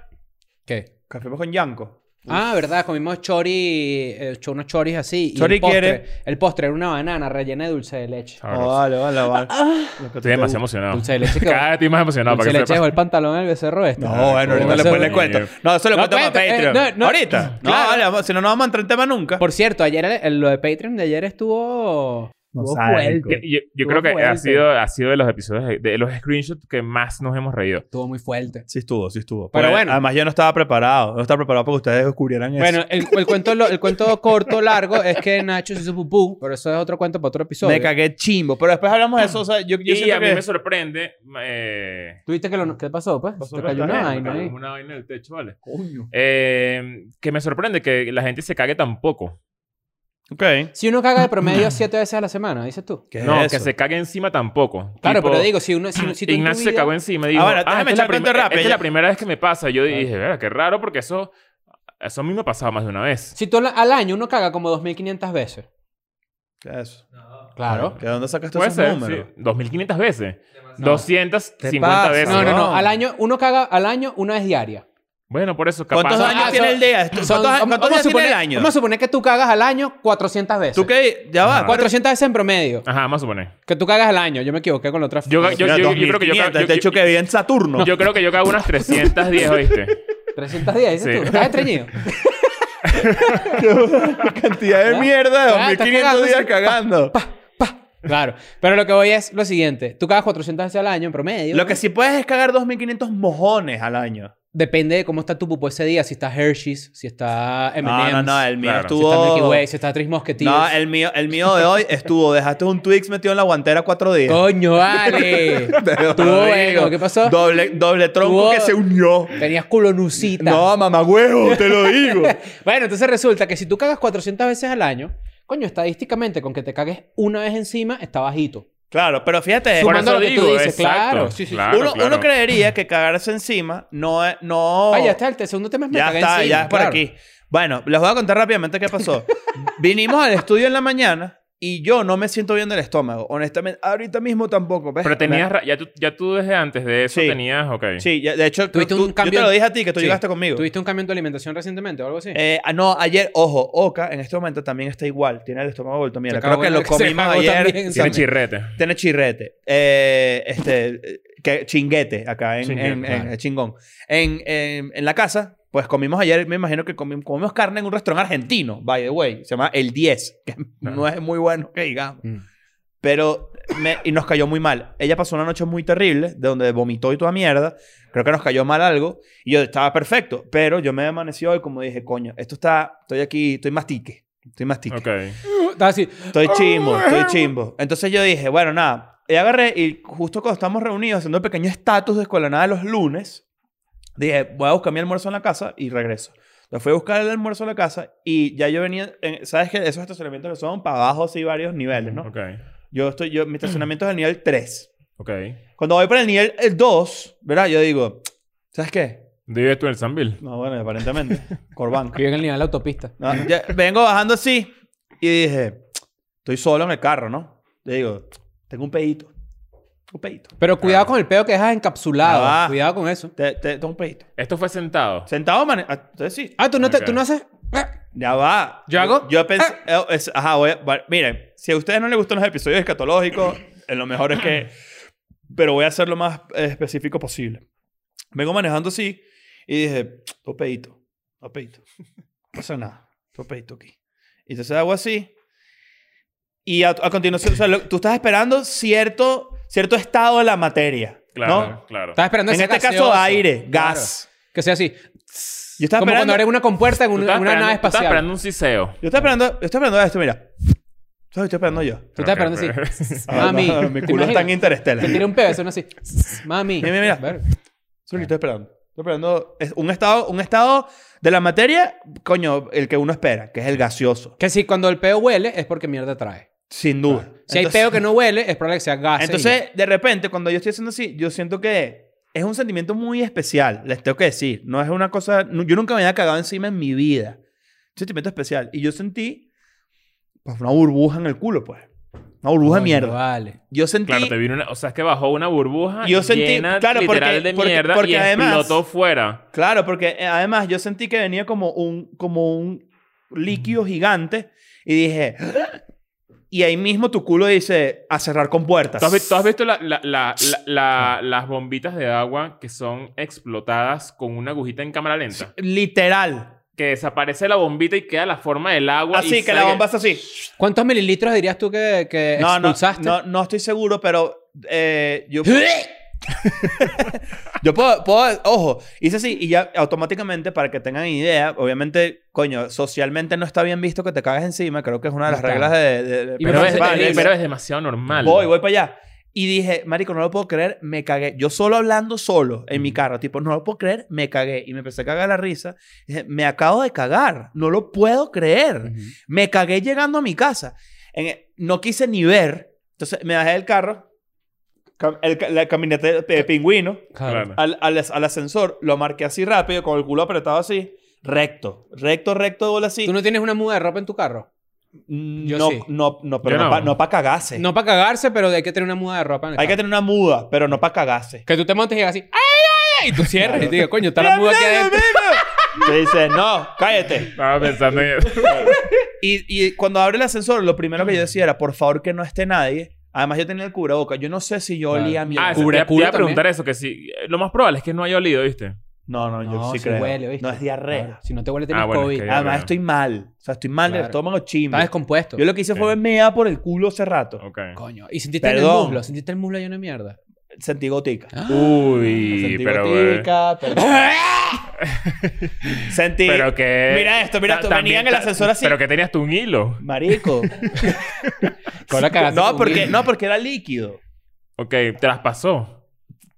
Speaker 3: ¿Qué?
Speaker 4: Que fuimos con Yanko.
Speaker 3: Ah, verdad, comimos chori, eh, cho- unos choris así. y
Speaker 4: Chori
Speaker 3: el postre-
Speaker 4: quiere- Ah,
Speaker 3: El postre era una banana rellena de dulce de leche.
Speaker 2: Sabroso.
Speaker 4: Oh, vale, vale, vale. Lo que
Speaker 2: Estoy
Speaker 4: te
Speaker 2: demasiado
Speaker 4: gusta.
Speaker 2: emocionado.
Speaker 3: Dulce de leche que-
Speaker 2: Cada vez estoy más emocionado
Speaker 3: Dulce
Speaker 2: para
Speaker 3: de
Speaker 2: que
Speaker 3: leche dejó
Speaker 2: sepas.
Speaker 3: el pantalón del becerro este.
Speaker 4: No, bueno, ahorita
Speaker 2: Coño.
Speaker 4: después le cuento. No, eso lo
Speaker 3: No,
Speaker 4: cuento para
Speaker 3: cuenta, eh,
Speaker 4: Patreon.
Speaker 3: no, no.
Speaker 4: Ahorita. No,
Speaker 3: Claro.
Speaker 4: vale, vamos- si no, no vamos a entrar en tema nunca.
Speaker 3: Por cierto, ayer el- el- lo de Patreon de ayer estuvo.
Speaker 4: No
Speaker 3: estuvo
Speaker 4: sabe,
Speaker 3: fuerte.
Speaker 2: Yo, yo- yo
Speaker 3: Estuvo
Speaker 2: creo que ha
Speaker 3: fuerte.
Speaker 2: sido, ha sido de los episodios, de, de los screenshots que más nos hemos reído.
Speaker 3: Estuvo muy fuerte.
Speaker 4: Sí estuvo, sí estuvo.
Speaker 3: Pero
Speaker 4: Porque
Speaker 3: bueno.
Speaker 4: Además, yo no estaba preparado. No estaba preparado para que ustedes descubrieran eso.
Speaker 3: Bueno, el, el cuento, lo- el cuento corto, largo, es que Nacho se hizo pupú, pero eso es otro cuento para otro episodio.
Speaker 4: me cagué chimbo. Pero después hablamos de eso. O sea, yo, yo
Speaker 2: Y
Speaker 4: siento
Speaker 2: a mí
Speaker 4: que-
Speaker 2: me sorprende. eh,
Speaker 3: ¿Tuviste que lo, qué pasó, pues?
Speaker 4: Pasó
Speaker 3: Te cayó
Speaker 4: bastante,
Speaker 3: una
Speaker 2: me
Speaker 3: vaina
Speaker 2: cayó
Speaker 3: ahí.
Speaker 2: como una vaina en el techo, ¿vale?
Speaker 4: Coño.
Speaker 2: Eh, que me sorprende que la gente se cague tan poco.
Speaker 4: Ok.
Speaker 3: Si uno caga de promedio siete veces a la semana, dices tú.
Speaker 4: ¿Qué
Speaker 2: no,
Speaker 4: es
Speaker 2: que
Speaker 4: eso?
Speaker 2: se cague encima tampoco.
Speaker 3: Claro,
Speaker 2: Tipo,
Speaker 3: pero digo, si uno. Si, si tú en tu
Speaker 2: Ignacio se
Speaker 3: vida-
Speaker 2: cagó encima y dijo,
Speaker 4: Ahora,
Speaker 2: "Ah, esta
Speaker 4: déjame
Speaker 2: es
Speaker 4: echar
Speaker 2: la
Speaker 4: cuento
Speaker 2: primera- esta
Speaker 4: rápido,
Speaker 2: es
Speaker 4: ya". Ah.
Speaker 2: la primera vez que me pasa. Yo dije, verga, qué raro porque eso... Eso a mí me ha pasado más de una vez.
Speaker 3: Si tú al- al año uno caga como 2.500 veces.
Speaker 4: ¿Qué es eso?
Speaker 3: Claro.
Speaker 4: ¿De dónde sacaste
Speaker 2: Puede
Speaker 4: esos
Speaker 2: ser,
Speaker 4: números?
Speaker 2: sí. 2.500 veces.
Speaker 5: Demasiado.
Speaker 2: 250
Speaker 4: Te pasa,
Speaker 2: veces.
Speaker 3: No, no, no.
Speaker 4: Cabrón.
Speaker 3: Al año, uno caga al año una vez diaria.
Speaker 2: Bueno, por eso, capaz...
Speaker 4: ¿Cuántos años
Speaker 3: Ah,
Speaker 4: tiene
Speaker 3: son-
Speaker 4: el día? ¿Cuántos,
Speaker 3: Son-
Speaker 4: cuántos
Speaker 3: vamos- vamos
Speaker 4: días
Speaker 3: a suponer-
Speaker 4: tiene el año?
Speaker 3: Vamos a suponer que tú cagas al año 400 veces.
Speaker 4: ¿Tú qué? Ya va.
Speaker 2: Ajá.
Speaker 4: pero-
Speaker 3: 400 veces en promedio.
Speaker 2: Ajá, más o menos.
Speaker 3: Que tú cagas al año. Yo me equivoqué con la otra.
Speaker 2: Yo, yo, yo, yo creo
Speaker 4: Mira,
Speaker 2: que yo,
Speaker 4: 2500,
Speaker 2: yo,
Speaker 4: De hecho,
Speaker 2: yo,
Speaker 4: que vi en Saturno.
Speaker 2: yo creo que yo cago unas 310, ¿oíste?
Speaker 3: 310, dices
Speaker 2: Sí.
Speaker 3: tú. Estás estreñido.
Speaker 4: cantidad de mierda de
Speaker 3: Ah, estás
Speaker 4: 2500
Speaker 3: cagando,
Speaker 4: días
Speaker 3: sí.
Speaker 4: cagando.
Speaker 3: Claro. Pero lo que voy es lo siguiente. Tú cagas 400 veces al año en promedio.
Speaker 4: Lo que sí puedes es cagar 2.500 mojones al año.
Speaker 3: Depende de cómo está tu pupo ese día. Si está Hershey's, si está M&M's.
Speaker 4: No, no, no, el mío
Speaker 2: Claro.
Speaker 3: Si está Milky
Speaker 4: estuvo...
Speaker 3: Way, si está Tres Mosquetillos.
Speaker 4: no, el mío, el mío de hoy estuvo, dejaste un Twix metido en la guantera cuatro días.
Speaker 3: Coño, vale. Tuvo
Speaker 4: Rodrigo,
Speaker 3: ego. ¿Qué pasó?
Speaker 4: Doble, doble tronco
Speaker 3: Tuvo-
Speaker 4: que se unió.
Speaker 3: Tenías culo nucita.
Speaker 4: No, mamá huevo, te lo digo.
Speaker 3: Bueno, entonces resulta que si tú cagas 400 veces al año, coño, estadísticamente con que te cagues una vez encima está bajito.
Speaker 4: claro, pero fíjate,
Speaker 2: Por eso
Speaker 3: Sumando lo que tú
Speaker 2: digo,
Speaker 3: dices,
Speaker 2: exacto.
Speaker 3: claro. Sí, sí, sí.
Speaker 2: Claro,
Speaker 4: uno,
Speaker 2: claro.
Speaker 4: uno creería que cagarse encima no es. No,
Speaker 3: Ah, ya está, el te- segundo tema es me
Speaker 4: Ya
Speaker 3: cagué
Speaker 4: está,
Speaker 3: encima,
Speaker 4: ya es por
Speaker 3: claro.
Speaker 4: aquí. Bueno, les voy a contar rápidamente qué pasó. Vinimos al estudio en la mañana y yo no me siento bien del estómago. Honestamente, ahorita mismo tampoco. ¿ves?
Speaker 2: Pero tenías... ra- Ya tú, ya tú desde antes de eso
Speaker 4: Sí.
Speaker 2: tenías... Ok.
Speaker 4: Sí, ya- de hecho, tú-
Speaker 3: Tuviste
Speaker 4: tú-
Speaker 3: un cambio
Speaker 4: yo te lo
Speaker 3: en-
Speaker 4: dije a ti que tú
Speaker 3: Sí.
Speaker 4: llegaste conmigo.
Speaker 3: ¿Tuviste un cambio en tu alimentación recientemente o algo así?
Speaker 4: Eh, ah, no, ayer, ojo, Oka en este momento también está igual. Tiene el estómago vuelto mierda.
Speaker 3: Se cagó
Speaker 4: Creo que
Speaker 3: en-
Speaker 4: lo
Speaker 3: se
Speaker 4: comimos
Speaker 3: cagó
Speaker 4: ayer.
Speaker 3: también,
Speaker 2: Tiene
Speaker 3: ¿sabes?
Speaker 2: chirrete.
Speaker 4: Tiene chirrete. Eh, este, eh, que, chinguete acá en,
Speaker 2: Chinguete,
Speaker 4: en- en-
Speaker 2: claro.
Speaker 4: eh, chingón. En, en- en la casa, pues comimos ayer, me imagino que comi- comimos carne en un restaurante argentino, by the way. Se llama El 10, que no es muy bueno que digamos.
Speaker 3: Mm.
Speaker 4: Pero me- y nos cayó muy mal. Ella pasó una noche muy terrible, de donde vomitó y toda mierda. Creo que nos cayó mal algo. Y yo estaba perfecto. Pero yo me amaneció hoy como dije, coño, esto está, estoy aquí, estoy mastique. Estoy mastique.
Speaker 2: Ok.
Speaker 3: Estaba así.
Speaker 4: Estoy chimbo, estoy chimbo. Entonces yo dije, bueno, nada. Y agarré, y justo cuando estamos reunidos haciendo el pequeño estatus de escuela nada de los lunes, dije, voy a buscar mi almuerzo en la casa y regreso. Entonces fui a buscar el almuerzo en la casa y ya yo venía, en- ¿sabes que Esos estacionamientos que son para abajo, sí, varios niveles, ¿no?
Speaker 2: Ok.
Speaker 4: Yo estoy, yo, mi estacionamiento es el nivel 3.
Speaker 2: Ok.
Speaker 4: Cuando voy para el nivel el 2, ¿verdad? Yo digo, ¿sabes qué?
Speaker 2: ¿Dónde vives tú en el Sanville?
Speaker 4: No, bueno, aparentemente, Corban.
Speaker 3: Vive en el nivel de la autopista.
Speaker 4: No, Ah, ya- vengo bajando así y dije, estoy solo en el carro, ¿no? Le digo, tengo un pedito. Un pedito.
Speaker 3: Pero cuidado con el pedo que dejas encapsulado.
Speaker 4: Ah, va.
Speaker 3: Cuidado con eso.
Speaker 4: Te- te- tengo un pedito.
Speaker 2: Esto fue sentado.
Speaker 4: Sentado, man. Entonces sí.
Speaker 3: Ah, tú no, te,
Speaker 2: Ok.
Speaker 3: tú no haces... Eh,
Speaker 4: Ya va.
Speaker 3: ¿Yo hago? Ah.
Speaker 4: Yo pensé. eh, es- ajá, voy a- va- miren, si a ustedes no les gustan los episodios escatológicos, eh, lo mejor es que. Pero voy a ser lo más eh, específico posible. Vengo manejando así y dije, dos peditos, dos peditos. No pasa nada, dos peditos aquí. Y entonces hago así. Y a, a continuación, o sea, lo- tú estás esperando cierto, cierto estado de la materia.
Speaker 2: Claro,
Speaker 4: ¿no?
Speaker 2: claro.
Speaker 3: Estás esperando
Speaker 4: En
Speaker 3: ese
Speaker 4: este caso,
Speaker 3: gaseoso.
Speaker 4: aire,
Speaker 3: Claro.
Speaker 4: gas.
Speaker 3: Que sea así.
Speaker 4: Yo estaba
Speaker 3: Como
Speaker 4: esperando-
Speaker 3: cuando abres una compuerta en
Speaker 2: Tú
Speaker 3: un- en
Speaker 2: estabas
Speaker 3: una nave
Speaker 2: esperando- tú estabas
Speaker 3: espacial.
Speaker 2: esperando un siseo.
Speaker 4: Yo estaba esperando, yo estaba esperando esto, mira. ¿Sabes? Estoy esperando yo.
Speaker 3: Tú estás
Speaker 2: Ok,
Speaker 3: esperando así.
Speaker 4: Ah,
Speaker 3: Mami.
Speaker 4: no, mi
Speaker 3: ¿te
Speaker 4: culo es
Speaker 3: imaginas?
Speaker 4: tan interestelar.
Speaker 3: Te tira un pedo, eso no así. Mami.
Speaker 4: Mira, mira, mira.
Speaker 3: Ver.
Speaker 4: Eso es lo que estoy esperando. Estoy esperando es un estado, un estado de la materia, coño, el que uno espera, que es el gaseoso.
Speaker 3: Que si cuando el pedo huele es porque mierda trae.
Speaker 4: Sin duda.
Speaker 3: Ah. Si hay pedo que no huele es probable que sea gas.
Speaker 4: Entonces, de repente, cuando yo estoy haciendo así, yo siento que es un sentimiento muy especial. Les tengo que decir. No es una cosa. no- Yo nunca me había cagado encima en mi vida. Un sentimiento especial. Y yo sentí pues, una burbuja en el culo, pues. Una burbuja de mierda.
Speaker 3: Vale.
Speaker 4: Yo sentí.
Speaker 2: Claro, te vino una... O sea, es que bajó una burbuja
Speaker 4: Yo sentí-
Speaker 2: llena
Speaker 4: claro,
Speaker 2: literal
Speaker 4: porque-
Speaker 2: de
Speaker 4: porque-
Speaker 2: mierda
Speaker 4: porque
Speaker 2: y
Speaker 4: además-
Speaker 2: explotó fuera.
Speaker 4: Claro, porque eh, además yo sentí que venía como un, como un líquido gigante y dije... "Ah". Y ahí mismo tu culo dice a cerrar con puertas.
Speaker 2: ¿Tú has, vi- tú has visto la- la- la- la- la-
Speaker 4: Ah.
Speaker 2: las bombitas de agua que son explotadas con una agujita en cámara lenta?
Speaker 4: Literal.
Speaker 2: Que desaparece la bombita y queda la forma del agua. y
Speaker 4: Así Ah, que
Speaker 2: sale-
Speaker 4: la bomba es así.
Speaker 3: ¿Cuántos mililitros dirías tú que, que
Speaker 4: No, no,
Speaker 3: expulsaste?
Speaker 4: no, no estoy seguro, pero eh, yo... yo puedo, puedo- ojo, hice así y ya automáticamente, para que tengan idea, obviamente, coño, socialmente no está bien visto que te cagues encima, creo que es una de las
Speaker 3: No está.
Speaker 4: reglas de... de- de-
Speaker 3: Y me
Speaker 2: Pero, es,
Speaker 3: parece
Speaker 2: pero-
Speaker 3: terrible.
Speaker 2: pero es demasiado normal.
Speaker 4: Voy, voy para allá. Y dije, marico, no lo puedo creer, me cagué. Yo solo hablando solo en mi carro, tipo, no lo puedo creer, me cagué. Y me empecé a cagar la risa. Dije, me acabo de cagar, no lo puedo creer.
Speaker 3: Ujú.
Speaker 4: Me cagué llegando a mi casa. En- e, no quise ni ver. Entonces me bajé del carro, cam- el ca- la caminata de, de pingüino,
Speaker 2: Claro.
Speaker 4: al, al as- al ascensor, lo marqué así rápido, con el culo apretado así, recto, recto, recto de bola así.
Speaker 3: ¿Tú no tienes una muda de ropa en tu carro?
Speaker 4: Mm,
Speaker 3: yo
Speaker 4: no,
Speaker 3: sí.
Speaker 4: no, no, pero
Speaker 2: Yo
Speaker 4: no,
Speaker 2: no.
Speaker 4: para cagarse.
Speaker 3: No para cagarse, pero hay que tener una muda de ropa en el
Speaker 4: Hay que
Speaker 3: carro.
Speaker 4: tener una muda, pero no para cagarse.
Speaker 3: Que tú te montes y hagas así. ¡Ay, ay, ay! Y tú cierras y te digas, coño, está la muda aquí adentro.
Speaker 4: Te dice, no, cállate.
Speaker 2: Estaba pensando en eso.
Speaker 4: Y, y cuando abre el ascensor, lo primero que yo decía era, por favor, que no esté nadie. Además, yo tenía el cubreboca. Yo no sé si yo
Speaker 3: Claro.
Speaker 4: olía a mi
Speaker 2: Ah,
Speaker 3: eso.
Speaker 2: te,
Speaker 3: Cubre
Speaker 2: iba- te
Speaker 3: culo
Speaker 2: iba a preguntar
Speaker 3: también.
Speaker 2: eso, que si... Lo más probable es que no haya olido, ¿viste?
Speaker 4: No, no, yo
Speaker 3: No,
Speaker 4: sí
Speaker 3: sí
Speaker 4: creo.
Speaker 3: huele, ¿viste?
Speaker 4: no es diarrea.
Speaker 3: Claro, Si no te huele, tienes
Speaker 2: Ah, bueno, es
Speaker 3: COVID.
Speaker 2: que-
Speaker 3: Ah,
Speaker 4: Además, estoy mal. O sea, estoy mal del
Speaker 3: Claro.
Speaker 4: estómago
Speaker 3: Está
Speaker 4: chimbo.
Speaker 3: descompuesto.
Speaker 4: Yo lo que hice fue mear por el culo hace rato.
Speaker 2: Ok.
Speaker 3: Coño. Y sentiste en el
Speaker 4: Perdón.
Speaker 3: muslo. Sentiste el muslo lleno de mierda.
Speaker 4: Sentí gotica.
Speaker 2: Uy,
Speaker 4: Sentí
Speaker 2: pero... eh,
Speaker 4: gotica, perdón. Sentí.
Speaker 2: Pero que...
Speaker 4: Mira esto, mira
Speaker 2: Ta-
Speaker 4: esto. Venía
Speaker 2: también
Speaker 4: en el
Speaker 2: ta-
Speaker 4: ascensor así.
Speaker 2: Pero que tenías tú un hilo.
Speaker 4: Marico.
Speaker 3: Con la cara
Speaker 4: no, porque, no, porque era líquido.
Speaker 2: Ok, traspasó.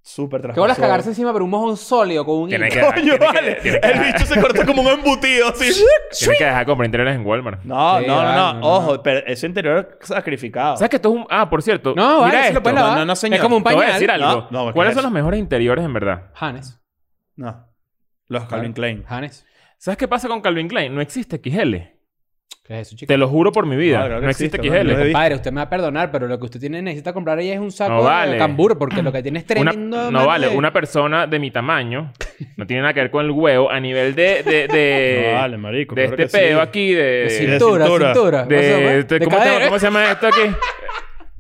Speaker 4: Súper
Speaker 3: ¿Qué bolas
Speaker 4: traspaso.
Speaker 3: cagarse encima, pero un mojón sólido con un hilo.
Speaker 2: Tienes que,
Speaker 4: Coño,
Speaker 2: tienes que-
Speaker 4: vale.
Speaker 2: tienes que-
Speaker 4: El bicho se cortó como un embutido así.
Speaker 2: tienes que dejar de comprar interiores en Walmart.
Speaker 4: No,
Speaker 3: Sí,
Speaker 4: no,
Speaker 3: vale,
Speaker 4: no,
Speaker 3: no, no.
Speaker 4: no. Ojo, pero ese interior sacrificado.
Speaker 2: ¿Sabes que esto es un... Ah, por cierto.
Speaker 3: No, vale,
Speaker 2: mira
Speaker 3: eso lo
Speaker 2: esto.
Speaker 3: puedes lavar.
Speaker 4: No, no, no, señor.
Speaker 3: Es como un
Speaker 2: Te voy a
Speaker 3: pañal.
Speaker 2: decir algo.
Speaker 4: No, no, ¿qué
Speaker 2: ¿Cuáles
Speaker 4: es
Speaker 2: son
Speaker 4: eso?
Speaker 2: los mejores interiores en verdad?
Speaker 3: Hannes.
Speaker 4: No. Los Calvin Klein.
Speaker 3: Hannes.
Speaker 2: ¿Sabes qué pasa con Calvin Klein? No existe XL.
Speaker 3: ¿Qué es eso, chico?
Speaker 2: Te lo juro por mi vida.
Speaker 4: No,
Speaker 2: No,
Speaker 4: claro que
Speaker 2: existe,
Speaker 4: existe,
Speaker 2: XL.
Speaker 4: no lo he visto.
Speaker 3: Padre, usted me va a perdonar, pero lo que usted tiene necesita comprar ahí es un saco
Speaker 2: No vale.
Speaker 3: de cambur, porque lo que tiene es
Speaker 2: Una-
Speaker 3: tremendo.
Speaker 2: no
Speaker 3: mano
Speaker 2: vale,
Speaker 3: de-
Speaker 2: una persona de mi tamaño no tiene nada que ver con el huevo a nivel de, de, de,
Speaker 4: No, vale, marico.
Speaker 2: de
Speaker 4: claro
Speaker 2: este
Speaker 4: que sí.
Speaker 2: pedo aquí, de,
Speaker 3: de
Speaker 2: de,
Speaker 3: cintura,
Speaker 4: de cintura.
Speaker 3: cintura. ¿Cómo se llama?
Speaker 2: este-
Speaker 3: ¿eh? De
Speaker 2: ¿cómo, te-
Speaker 3: cadera.
Speaker 2: cómo se llama esto aquí?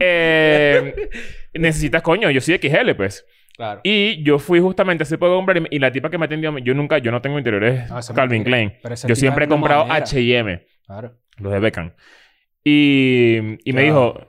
Speaker 2: Eh, necesitas coño, yo soy XL, pues.
Speaker 3: Claro.
Speaker 2: Y yo fui justamente hace poco a comprar y- y la tipa que me atendió, me- yo nunca, yo no tengo interiores
Speaker 3: No, esa es
Speaker 2: Calvin
Speaker 3: mentira.
Speaker 2: Klein.
Speaker 3: Pero esa
Speaker 2: Yo
Speaker 3: tipa
Speaker 2: siempre he
Speaker 3: era una
Speaker 2: comprado
Speaker 3: mamadera.
Speaker 2: H&M.
Speaker 3: Claro.
Speaker 2: Los de Beckham. Y, y me
Speaker 4: Ya.
Speaker 2: dijo,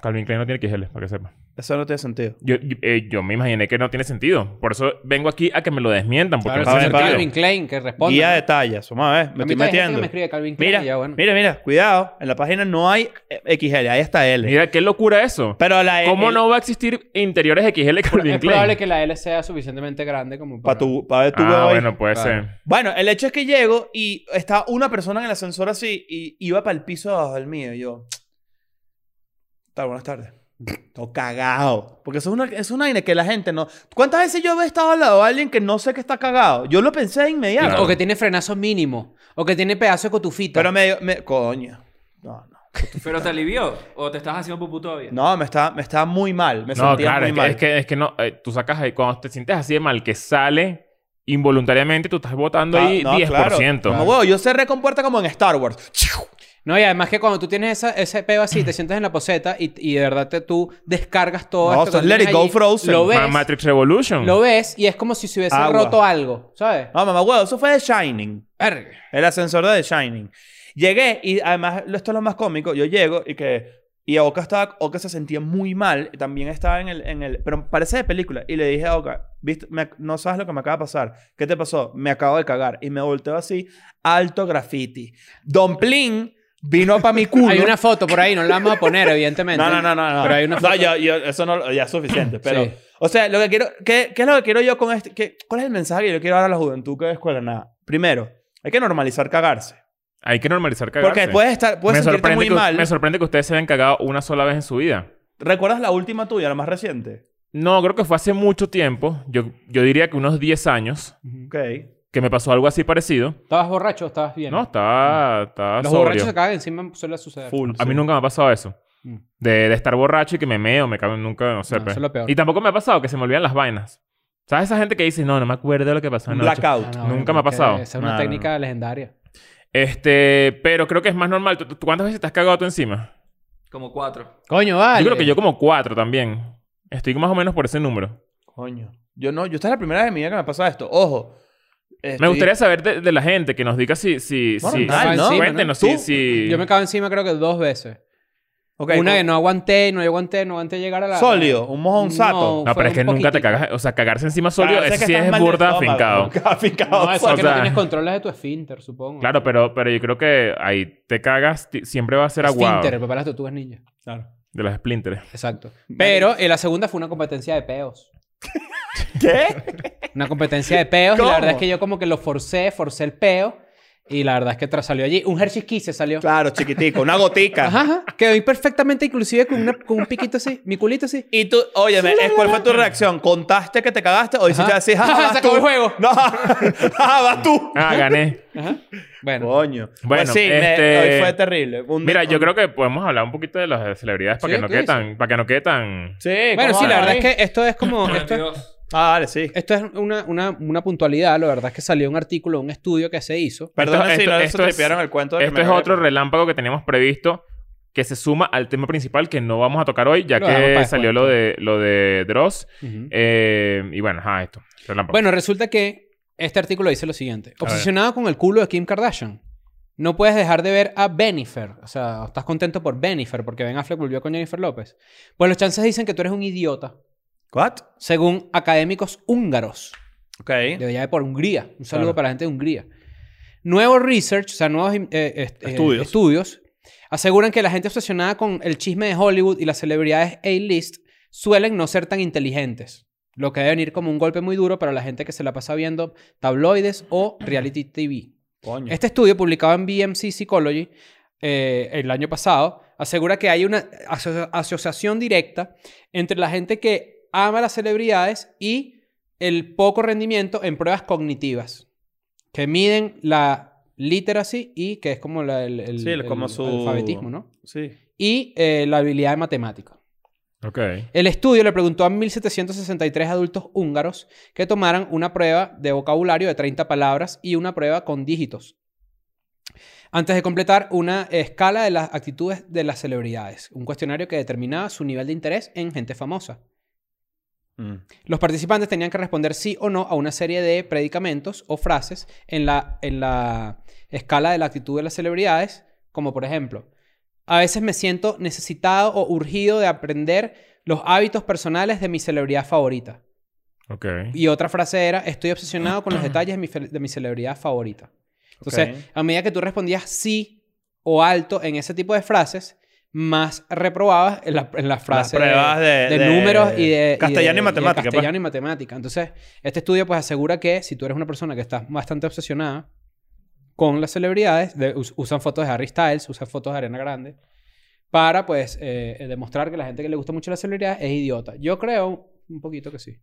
Speaker 2: Calvin Klein no tiene XL, para que sepa.
Speaker 4: Eso no tiene sentido.
Speaker 2: Yo, yo- eh, yo me imaginé que no tiene sentido. Por eso vengo aquí a que me lo desmientan. Porque no
Speaker 3: Claro,
Speaker 2: tiene
Speaker 3: el señor
Speaker 4: padre.
Speaker 2: sentido.
Speaker 3: Calvin Klein que responde.
Speaker 4: Guía
Speaker 3: ¿no?
Speaker 4: de tallas. Vamos a ver, me
Speaker 3: A mí
Speaker 4: estoy
Speaker 3: todavía hay gente
Speaker 4: metiendo.
Speaker 3: que me escribe Calvin Klein
Speaker 4: Mira,
Speaker 3: y ya, bueno.
Speaker 4: mira, mira, cuidado. En la página no hay eh, XL, ahí está L.
Speaker 2: Mira, qué locura eso.
Speaker 4: Pero la L.
Speaker 2: ¿Cómo no va a existir interiores XL Calvin
Speaker 3: es probable
Speaker 2: Klein?
Speaker 3: que la L sea suficientemente grande como
Speaker 4: Para tu, pa' ver tu huevo
Speaker 2: Ah,
Speaker 4: ahí.
Speaker 2: bueno, puede
Speaker 3: Claro.
Speaker 2: ser.
Speaker 4: Bueno, el hecho es que llego y estaba una persona en el ascensor así y iba para el piso de abajo del mío. Y yo, tal, buenas tardes. Todo cagado. Porque eso es una, es una vaina que la gente no. ¿Cuántas veces yo he estado al lado de alguien que no sé que está cagado? Yo lo pensé de inmediato.
Speaker 2: Claro.
Speaker 3: O que tiene frenazo mínimo. O que tiene pedazo de cotufita.
Speaker 4: Pero me, me. Coño. No, no.
Speaker 5: ¿Pero te alivió? ¿O te estás haciendo pupú todavía?
Speaker 4: No, me estaba, me estaba muy mal. Me
Speaker 2: No,
Speaker 4: sentía
Speaker 2: claro,
Speaker 4: muy
Speaker 2: es que,
Speaker 4: mal.
Speaker 2: es que, es que no. eh, tú sacas ahí, cuando te sientes así de mal, que sale involuntariamente, tú estás votando
Speaker 4: Ah,
Speaker 2: ahí
Speaker 4: no,
Speaker 2: 10%.
Speaker 4: claro. Como huevo, yo cerré con puerta como en Star Wars. ¡Chiu!
Speaker 3: No, y además que cuando tú tienes esa- ese peo así, te sientas en la poseta y, y de verdad te, tú descargas todo.
Speaker 4: No,
Speaker 3: esto que
Speaker 4: son Let
Speaker 3: tienes
Speaker 4: It Go
Speaker 3: allí,
Speaker 4: Frozen.
Speaker 3: Lo
Speaker 2: Ma-
Speaker 3: ves,
Speaker 2: Matrix Revolution.
Speaker 3: lo ves y es como si se hubiese
Speaker 4: Agua. Ah.
Speaker 3: roto algo, ¿sabes?
Speaker 4: No, mamá, huevo, eso fue de Shining.
Speaker 3: Verga.
Speaker 4: El ascensor de The Shining. Llegué y además, lo- esto es lo más cómico, yo llego y que... Y Oka estaba... Oka se sentía muy mal. y También estaba en el... En el pero parece de película. Y le dije a Oka, ¿viste? Me ac- no sabes lo que me acaba de pasar. ¿Qué te pasó? Me acabo de cagar. Y me volteo así, alto graffiti. Don Plin vino para mi culo.
Speaker 3: Hay una foto por ahí, no la vamos a poner, evidentemente.
Speaker 4: No, no, no, no. no.
Speaker 3: Pero hay una
Speaker 4: No, yo, yo- eso no, ya es suficiente. Pero,
Speaker 3: Sí.
Speaker 4: o sea, lo que quiero, ¿qué, qué es lo que quiero yo con este? qué- ¿Cuál es el mensaje que yo quiero dar a la juventud que es escuela? Nada. Primero, hay que normalizar cagarse.
Speaker 2: Hay que normalizar cagarse.
Speaker 4: Porque puedes estar, puedes
Speaker 2: me
Speaker 4: sentirte
Speaker 2: sorprende
Speaker 4: muy
Speaker 2: que,
Speaker 4: mal.
Speaker 2: Me sorprende que ustedes se hayan cagado una sola vez en su vida.
Speaker 4: ¿Recuerdas la última tuya, la más reciente?
Speaker 2: No, creo que fue hace mucho tiempo. Yo, yo diría que unos 10 años
Speaker 4: Ok.
Speaker 2: que me pasó algo así parecido.
Speaker 3: ¿Estabas borracho o estabas bien?
Speaker 2: No, estaba, estaba
Speaker 3: Los
Speaker 2: sobrio.
Speaker 3: borrachos se cagan encima, suele suceder.
Speaker 4: Full.
Speaker 2: A mí
Speaker 4: sí.
Speaker 2: nunca me ha pasado eso.
Speaker 3: Mm.
Speaker 2: De, de estar borracho y que me meo, me cago en- nunca, no sé.
Speaker 3: No,
Speaker 2: pe.
Speaker 3: eso es lo peor.
Speaker 2: Y tampoco me ha pasado que se me olvidan las vainas. ¿Sabes esa gente que dice, no, no me acuerdo de lo que pasó
Speaker 4: Un
Speaker 2: anoche?
Speaker 3: Ah,
Speaker 4: blackout.
Speaker 3: no,
Speaker 2: Nunca
Speaker 3: porque
Speaker 2: me ha pasado.
Speaker 3: Esa es una
Speaker 4: No, no,
Speaker 3: técnica legendaria.
Speaker 2: Este, pero creo que es más normal. ¿Tú- tú- ¿Cuántas veces te has cagado tú encima?
Speaker 5: Como cuatro.
Speaker 3: Coño, vale.
Speaker 2: Yo creo que yo como cuatro también. Estoy más o menos por ese número.
Speaker 4: Coño. Yo no, yo esta es la primera vez en mi vida que me pasa esto. Ojo.
Speaker 2: Me
Speaker 4: estoy-
Speaker 2: gustaría saber de, de la gente que nos diga si... si,
Speaker 4: Bueno,
Speaker 2: si
Speaker 4: normal,
Speaker 3: ¿no?
Speaker 2: Cuéntenos si...
Speaker 4: Tú-
Speaker 2: si-
Speaker 3: Yo me cago encima creo que dos veces.
Speaker 4: Ok,
Speaker 3: una
Speaker 4: con-
Speaker 3: que no aguanté, no aguanté, no aguanté llegar a la...
Speaker 4: Sólido, un mojón sato.
Speaker 3: No,
Speaker 2: No,
Speaker 3: fue
Speaker 2: pero es que
Speaker 3: un
Speaker 2: nunca te
Speaker 3: poquitico.
Speaker 2: cagas. O sea, cagarse encima sólido
Speaker 4: Claro, sé que
Speaker 2: sí
Speaker 4: estás
Speaker 2: es
Speaker 4: mal del
Speaker 2: burda
Speaker 4: estómago.
Speaker 2: afincado.
Speaker 4: Afincado.
Speaker 3: No, eso es
Speaker 2: o
Speaker 3: que
Speaker 2: sea-
Speaker 3: no tienes controles de tu esfínter, supongo.
Speaker 2: Claro, pero, pero yo creo que ahí te cagas, ti- siempre va a ser aguado.
Speaker 3: Esfínter, el papá de las tortugas ninja.
Speaker 4: Claro.
Speaker 2: De las splinters.
Speaker 3: Exacto. Pero eh, la segunda fue una competencia de peos.
Speaker 4: ¿Qué?
Speaker 3: Una competencia de peos. Y
Speaker 4: ¿Cómo?
Speaker 3: la verdad es que yo como que lo forcé, forcé el peo. Y la verdad es que tras salió allí. Un Hershey's Kiss se salió.
Speaker 4: Claro, chiquitico, una gotica.
Speaker 3: Ajá, ajá. Quedó ahí perfectamente, inclusive con, una- con un piquito así. Mi culito así.
Speaker 4: Y tú, oye, ¿cuál fue tu reacción? ¿Contaste que te cagaste o hiciste
Speaker 3: Ajá.
Speaker 4: así?
Speaker 3: Ajá,
Speaker 4: vas
Speaker 3: se
Speaker 4: tú"?
Speaker 3: acabó el juego.
Speaker 4: No, ajá, vas tú.
Speaker 2: Ah, gané.
Speaker 3: Ajá. Bueno.
Speaker 4: Coño.
Speaker 2: Bueno,
Speaker 4: Bueno, sí, me-
Speaker 2: este-
Speaker 4: hoy fue terrible. Un-
Speaker 2: Mira, yo
Speaker 4: un-
Speaker 2: creo que podemos hablar un poquito de las celebridades para
Speaker 3: Sí,
Speaker 2: que no
Speaker 3: ¿qué
Speaker 2: quede
Speaker 3: dices?
Speaker 2: tan... Para que no quede tan...
Speaker 4: Sí,
Speaker 3: Bueno,
Speaker 4: ¿cómo
Speaker 3: sí, la
Speaker 4: vas?
Speaker 3: verdad es que esto es como... Esto es,
Speaker 5: 92.
Speaker 4: Ah, vale, sí.
Speaker 3: Esto es una, una, una puntualidad. La verdad es que salió un artículo, un estudio que se hizo.
Speaker 4: Perdón
Speaker 2: esto-
Speaker 4: si no
Speaker 2: esto
Speaker 4: se
Speaker 2: es-
Speaker 4: tripearon el cuento. de que
Speaker 2: Esto
Speaker 4: me
Speaker 2: este es
Speaker 4: cagué.
Speaker 2: otro relámpago que teníamos previsto que se suma al tema principal que no vamos a tocar hoy ya
Speaker 3: Lo dejamos
Speaker 2: que
Speaker 3: para
Speaker 2: salió
Speaker 3: después. pues.
Speaker 2: lo de, lo de Dross.
Speaker 3: Ujú.
Speaker 2: Eh, y bueno, ajá, esto. Relámpago.
Speaker 3: Bueno, resulta que Este artículo dice lo siguiente. Obsesionado con el culo de Kim Kardashian. No puedes dejar de ver a Benifer. O sea, estás contento por Benifer porque Ben Affleck volvió con Jennifer López. Pues los chances dicen que tú eres un idiota.
Speaker 4: ¿What?
Speaker 3: Según académicos húngaros.
Speaker 4: Ok.
Speaker 3: De allá de por Hungría. Un saludo
Speaker 4: Claro.
Speaker 3: para la gente de Hungría. Nuevo research, o sea, nuevos eh, est- eh,
Speaker 4: Estudios.
Speaker 3: estudios, aseguran que la gente obsesionada con el chisme de Hollywood y las celebridades A-list suelen no ser tan inteligentes. Lo que debe venir como un golpe muy duro para la gente que se la pasa viendo tabloides o reality TV.
Speaker 4: Coño.
Speaker 3: Este estudio, publicado en BMC Psychology eh, el año pasado, asegura que hay una aso- asociación directa entre la gente que ama las celebridades y el poco rendimiento en pruebas cognitivas, que miden la literacy y que es como la- el, el-
Speaker 4: Sí, el- como su-
Speaker 3: alfabetismo, ¿no?
Speaker 4: Sí.
Speaker 3: Y eh, la habilidad de matemática.
Speaker 2: Ok.
Speaker 3: El estudio le preguntó a 1.763 adultos húngaros que tomaran una prueba de vocabulario de 30 palabras y una prueba con dígitos. Antes de completar una escala de las actitudes de las celebridades, un cuestionario que determinaba su nivel de interés en gente famosa.
Speaker 4: Mm.
Speaker 3: Los participantes tenían que responder sí o no a una serie de predicamentos o frases en la, en la escala de la actitud de las celebridades, como por ejemplo, a veces me siento necesitado o urgido de aprender los hábitos personales de mi celebridad favorita.
Speaker 2: Ok.
Speaker 3: Y otra frase era, estoy obsesionado con los detalles de mi, fel- de mi celebridad favorita. Entonces,
Speaker 4: Ok.
Speaker 3: a medida que tú respondías sí o alto en ese tipo de frases, más reprobabas en la, en la frase
Speaker 4: Las pruebas de,
Speaker 3: de,
Speaker 4: Eh, de-
Speaker 3: números y de...
Speaker 4: Castellano y,
Speaker 3: de-
Speaker 4: matemática. pues.
Speaker 3: castellano y matemática. Entonces, este estudio pues asegura que si tú eres una persona que está bastante obsesionada con las celebridades, de- us- usan fotos de Harry Styles, usan fotos de Arena Grande, para pues eh, eh, demostrar que la gente que le gusta mucho las celebridades es idiota. Yo creo un poquito que sí.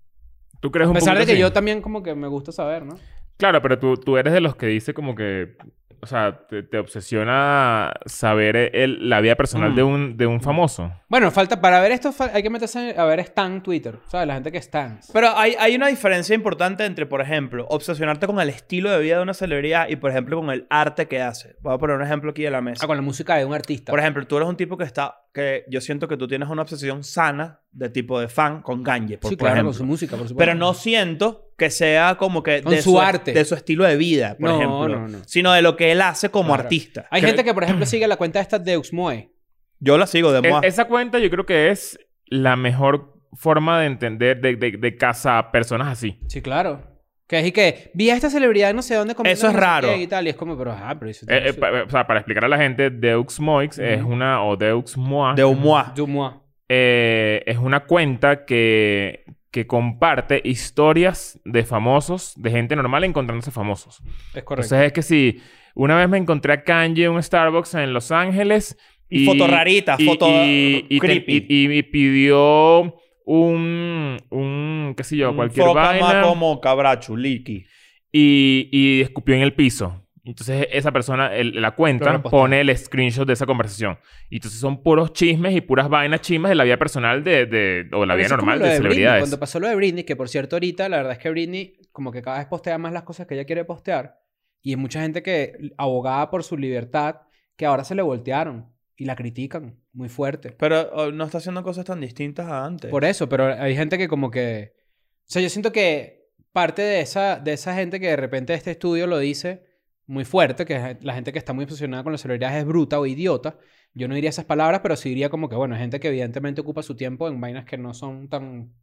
Speaker 2: ¿Tú crees
Speaker 3: A
Speaker 2: un
Speaker 3: pesar de
Speaker 2: poquito
Speaker 3: que
Speaker 2: así?
Speaker 3: yo también como que me gusta saber, ¿no?
Speaker 2: Claro, pero tú, tú eres de los que dice como que... O sea, te, te obsesiona saber eh, el- la vida personal
Speaker 4: Mm.
Speaker 2: de, un, de un famoso.
Speaker 3: Bueno, falta para ver esto fal- hay que meterse a ver Stan Twitter, ¿sabes? La gente que Stan.
Speaker 4: Pero hay, hay una diferencia importante entre, por ejemplo, obsesionarte con el estilo de vida de una celebridad y, por ejemplo, con el arte que hace. Voy a poner un ejemplo aquí de la mesa.
Speaker 3: Ah, con la música de un artista.
Speaker 4: Por ejemplo, tú eres un tipo que está, que yo siento que tú tienes una obsesión sana de tipo de fan con Kanye, por,
Speaker 3: sí,
Speaker 4: por
Speaker 3: claro,
Speaker 4: ejemplo.
Speaker 3: con su música, por supuesto.
Speaker 4: Pero no siento que sea como que
Speaker 3: Con
Speaker 4: de
Speaker 3: su arte.
Speaker 4: de su estilo de vida, por
Speaker 3: No,
Speaker 4: ejemplo,
Speaker 3: no, no.
Speaker 4: sino de lo que él hace como
Speaker 3: Claro.
Speaker 4: artista.
Speaker 3: Hay
Speaker 2: que-
Speaker 3: gente que, por ejemplo, sigue la cuenta esta de Uxmoe.
Speaker 4: Yo la sigo de
Speaker 2: Es-
Speaker 4: moda.
Speaker 2: E, esa cuenta yo creo que es la mejor forma de entender, de, de, de cazar personas así.
Speaker 3: Sí, claro. Que es y que vi a esta celebridad no sé dónde comiendo
Speaker 4: Eso es
Speaker 3: no sé
Speaker 4: raro.
Speaker 3: qué Y tal, y es como, pero ajá, pero eso
Speaker 2: Eh, eh,
Speaker 3: sí.
Speaker 2: pa- o sea, para explicar a la gente, Deux Moix es
Speaker 3: Ujú.
Speaker 2: una... O Deux Moix.
Speaker 4: De Humoa.
Speaker 3: Du moi.
Speaker 2: eh, es una cuenta que, que comparte historias de famosos, de gente normal encontrándose famosos.
Speaker 3: Es correcto.
Speaker 2: Entonces es que si una vez me encontré a Kanye en un Starbucks en Los Ángeles
Speaker 4: Y fotos raritas,
Speaker 2: y-
Speaker 4: fotos
Speaker 2: y, y te-
Speaker 4: creepy.
Speaker 2: y- y me pidió un, un, qué sé yo, cualquier vaina
Speaker 4: como cabrachu, liki.
Speaker 2: y, y escupió en el piso. Entonces esa persona, el- la
Speaker 3: Lo
Speaker 2: cuenta,
Speaker 3: repostea.
Speaker 2: pone el screenshot de esa conversación. Y entonces son puros chismes y puras vainas chismes de la vida personal de, de- o la
Speaker 3: Pero
Speaker 2: vida
Speaker 3: eso es como
Speaker 2: normal
Speaker 3: lo
Speaker 2: de,
Speaker 3: Britney,
Speaker 2: celebridades.
Speaker 3: Cuando pasó lo de Britney, que por cierto ahorita la verdad es que Britney como que cada vez postea más las cosas que ella quiere postear y hay mucha gente que abogaba por su libertad que ahora se le voltearon y la critican muy fuerte.
Speaker 4: Pero oh, no está haciendo cosas tan distintas a antes.
Speaker 3: Por eso, pero hay gente que como que... O sea, yo siento que parte de esa, de esa gente que de repente este estudio lo dice muy fuerte, que es la gente que está muy obsesionada con las celebridades es bruta o idiota. Yo no diría esas palabras, pero sí diría como que, bueno, es gente que evidentemente ocupa su tiempo en vainas que no son tan...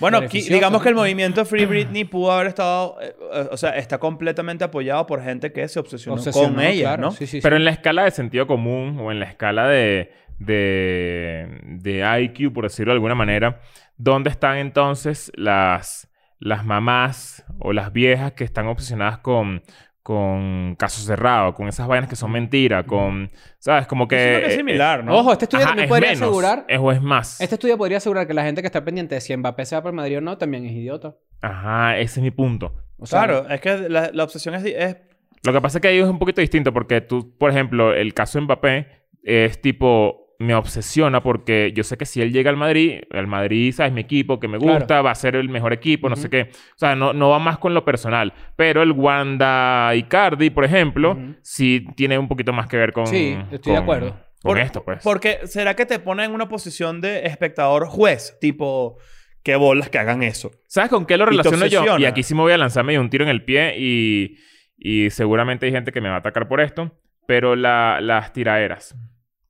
Speaker 4: Bueno, qui-
Speaker 3: beneficioso.
Speaker 4: digamos que el movimiento Free Britney pudo haber estado, eh, eh, o sea, está completamente apoyado por gente que se obsesionó, con
Speaker 3: obsesionadas,
Speaker 4: ella,
Speaker 3: claro.
Speaker 4: ¿no?
Speaker 3: Sí, sí, sí.
Speaker 2: Pero en la escala de sentido común o en la escala de, de, de IQ, por decirlo de alguna manera, ¿dónde están entonces las, las mamás o las viejas que están obsesionadas con, con casos cerrados, con esas vainas que son mentiras, con... ¿Sabes? Como que...
Speaker 4: siento que es
Speaker 2: eh,
Speaker 4: similar, ¿no?
Speaker 3: Ojo, este estudio
Speaker 2: ajá,
Speaker 3: también
Speaker 2: es
Speaker 3: podría
Speaker 2: menos,
Speaker 3: asegurar...
Speaker 2: Es, o es más.
Speaker 3: Este estudio podría asegurar que la gente que está pendiente de si Mbappé se va para el Madrid o no también es idiota.
Speaker 2: Ajá, ese es mi punto.
Speaker 3: O sea,
Speaker 4: Claro, es que la, la obsesión es, es-
Speaker 2: Lo que pasa es que ahí es un poquito distinto porque tú, por ejemplo, el caso de Mbappé es tipo, me obsesiona porque yo sé que si él llega al Madrid, el Madrid, ¿sabes? Mi equipo que me gusta,
Speaker 3: Claro.
Speaker 2: va a ser el mejor equipo, no sé
Speaker 3: Ujú.
Speaker 2: qué. O sea, no, no va más con lo personal. Pero el Wanda Icardi, por ejemplo,
Speaker 3: Ujú.
Speaker 2: sí tiene un poquito más que ver con...
Speaker 3: Sí, estoy de
Speaker 2: con-
Speaker 3: acuerdo.
Speaker 2: Con
Speaker 4: Por-
Speaker 2: esto, pues.
Speaker 4: Porque, ¿será que te pone en una posición de espectador juez? Tipo, Qué bolas que hagan eso.
Speaker 2: ¿Sabes con qué lo
Speaker 4: te
Speaker 2: relaciono yo?
Speaker 4: obsesiona.
Speaker 2: Y aquí sí me voy a lanzar medio un tiro en el pie y, y seguramente hay gente que me va a atacar por esto. Pero la- las tiraderas.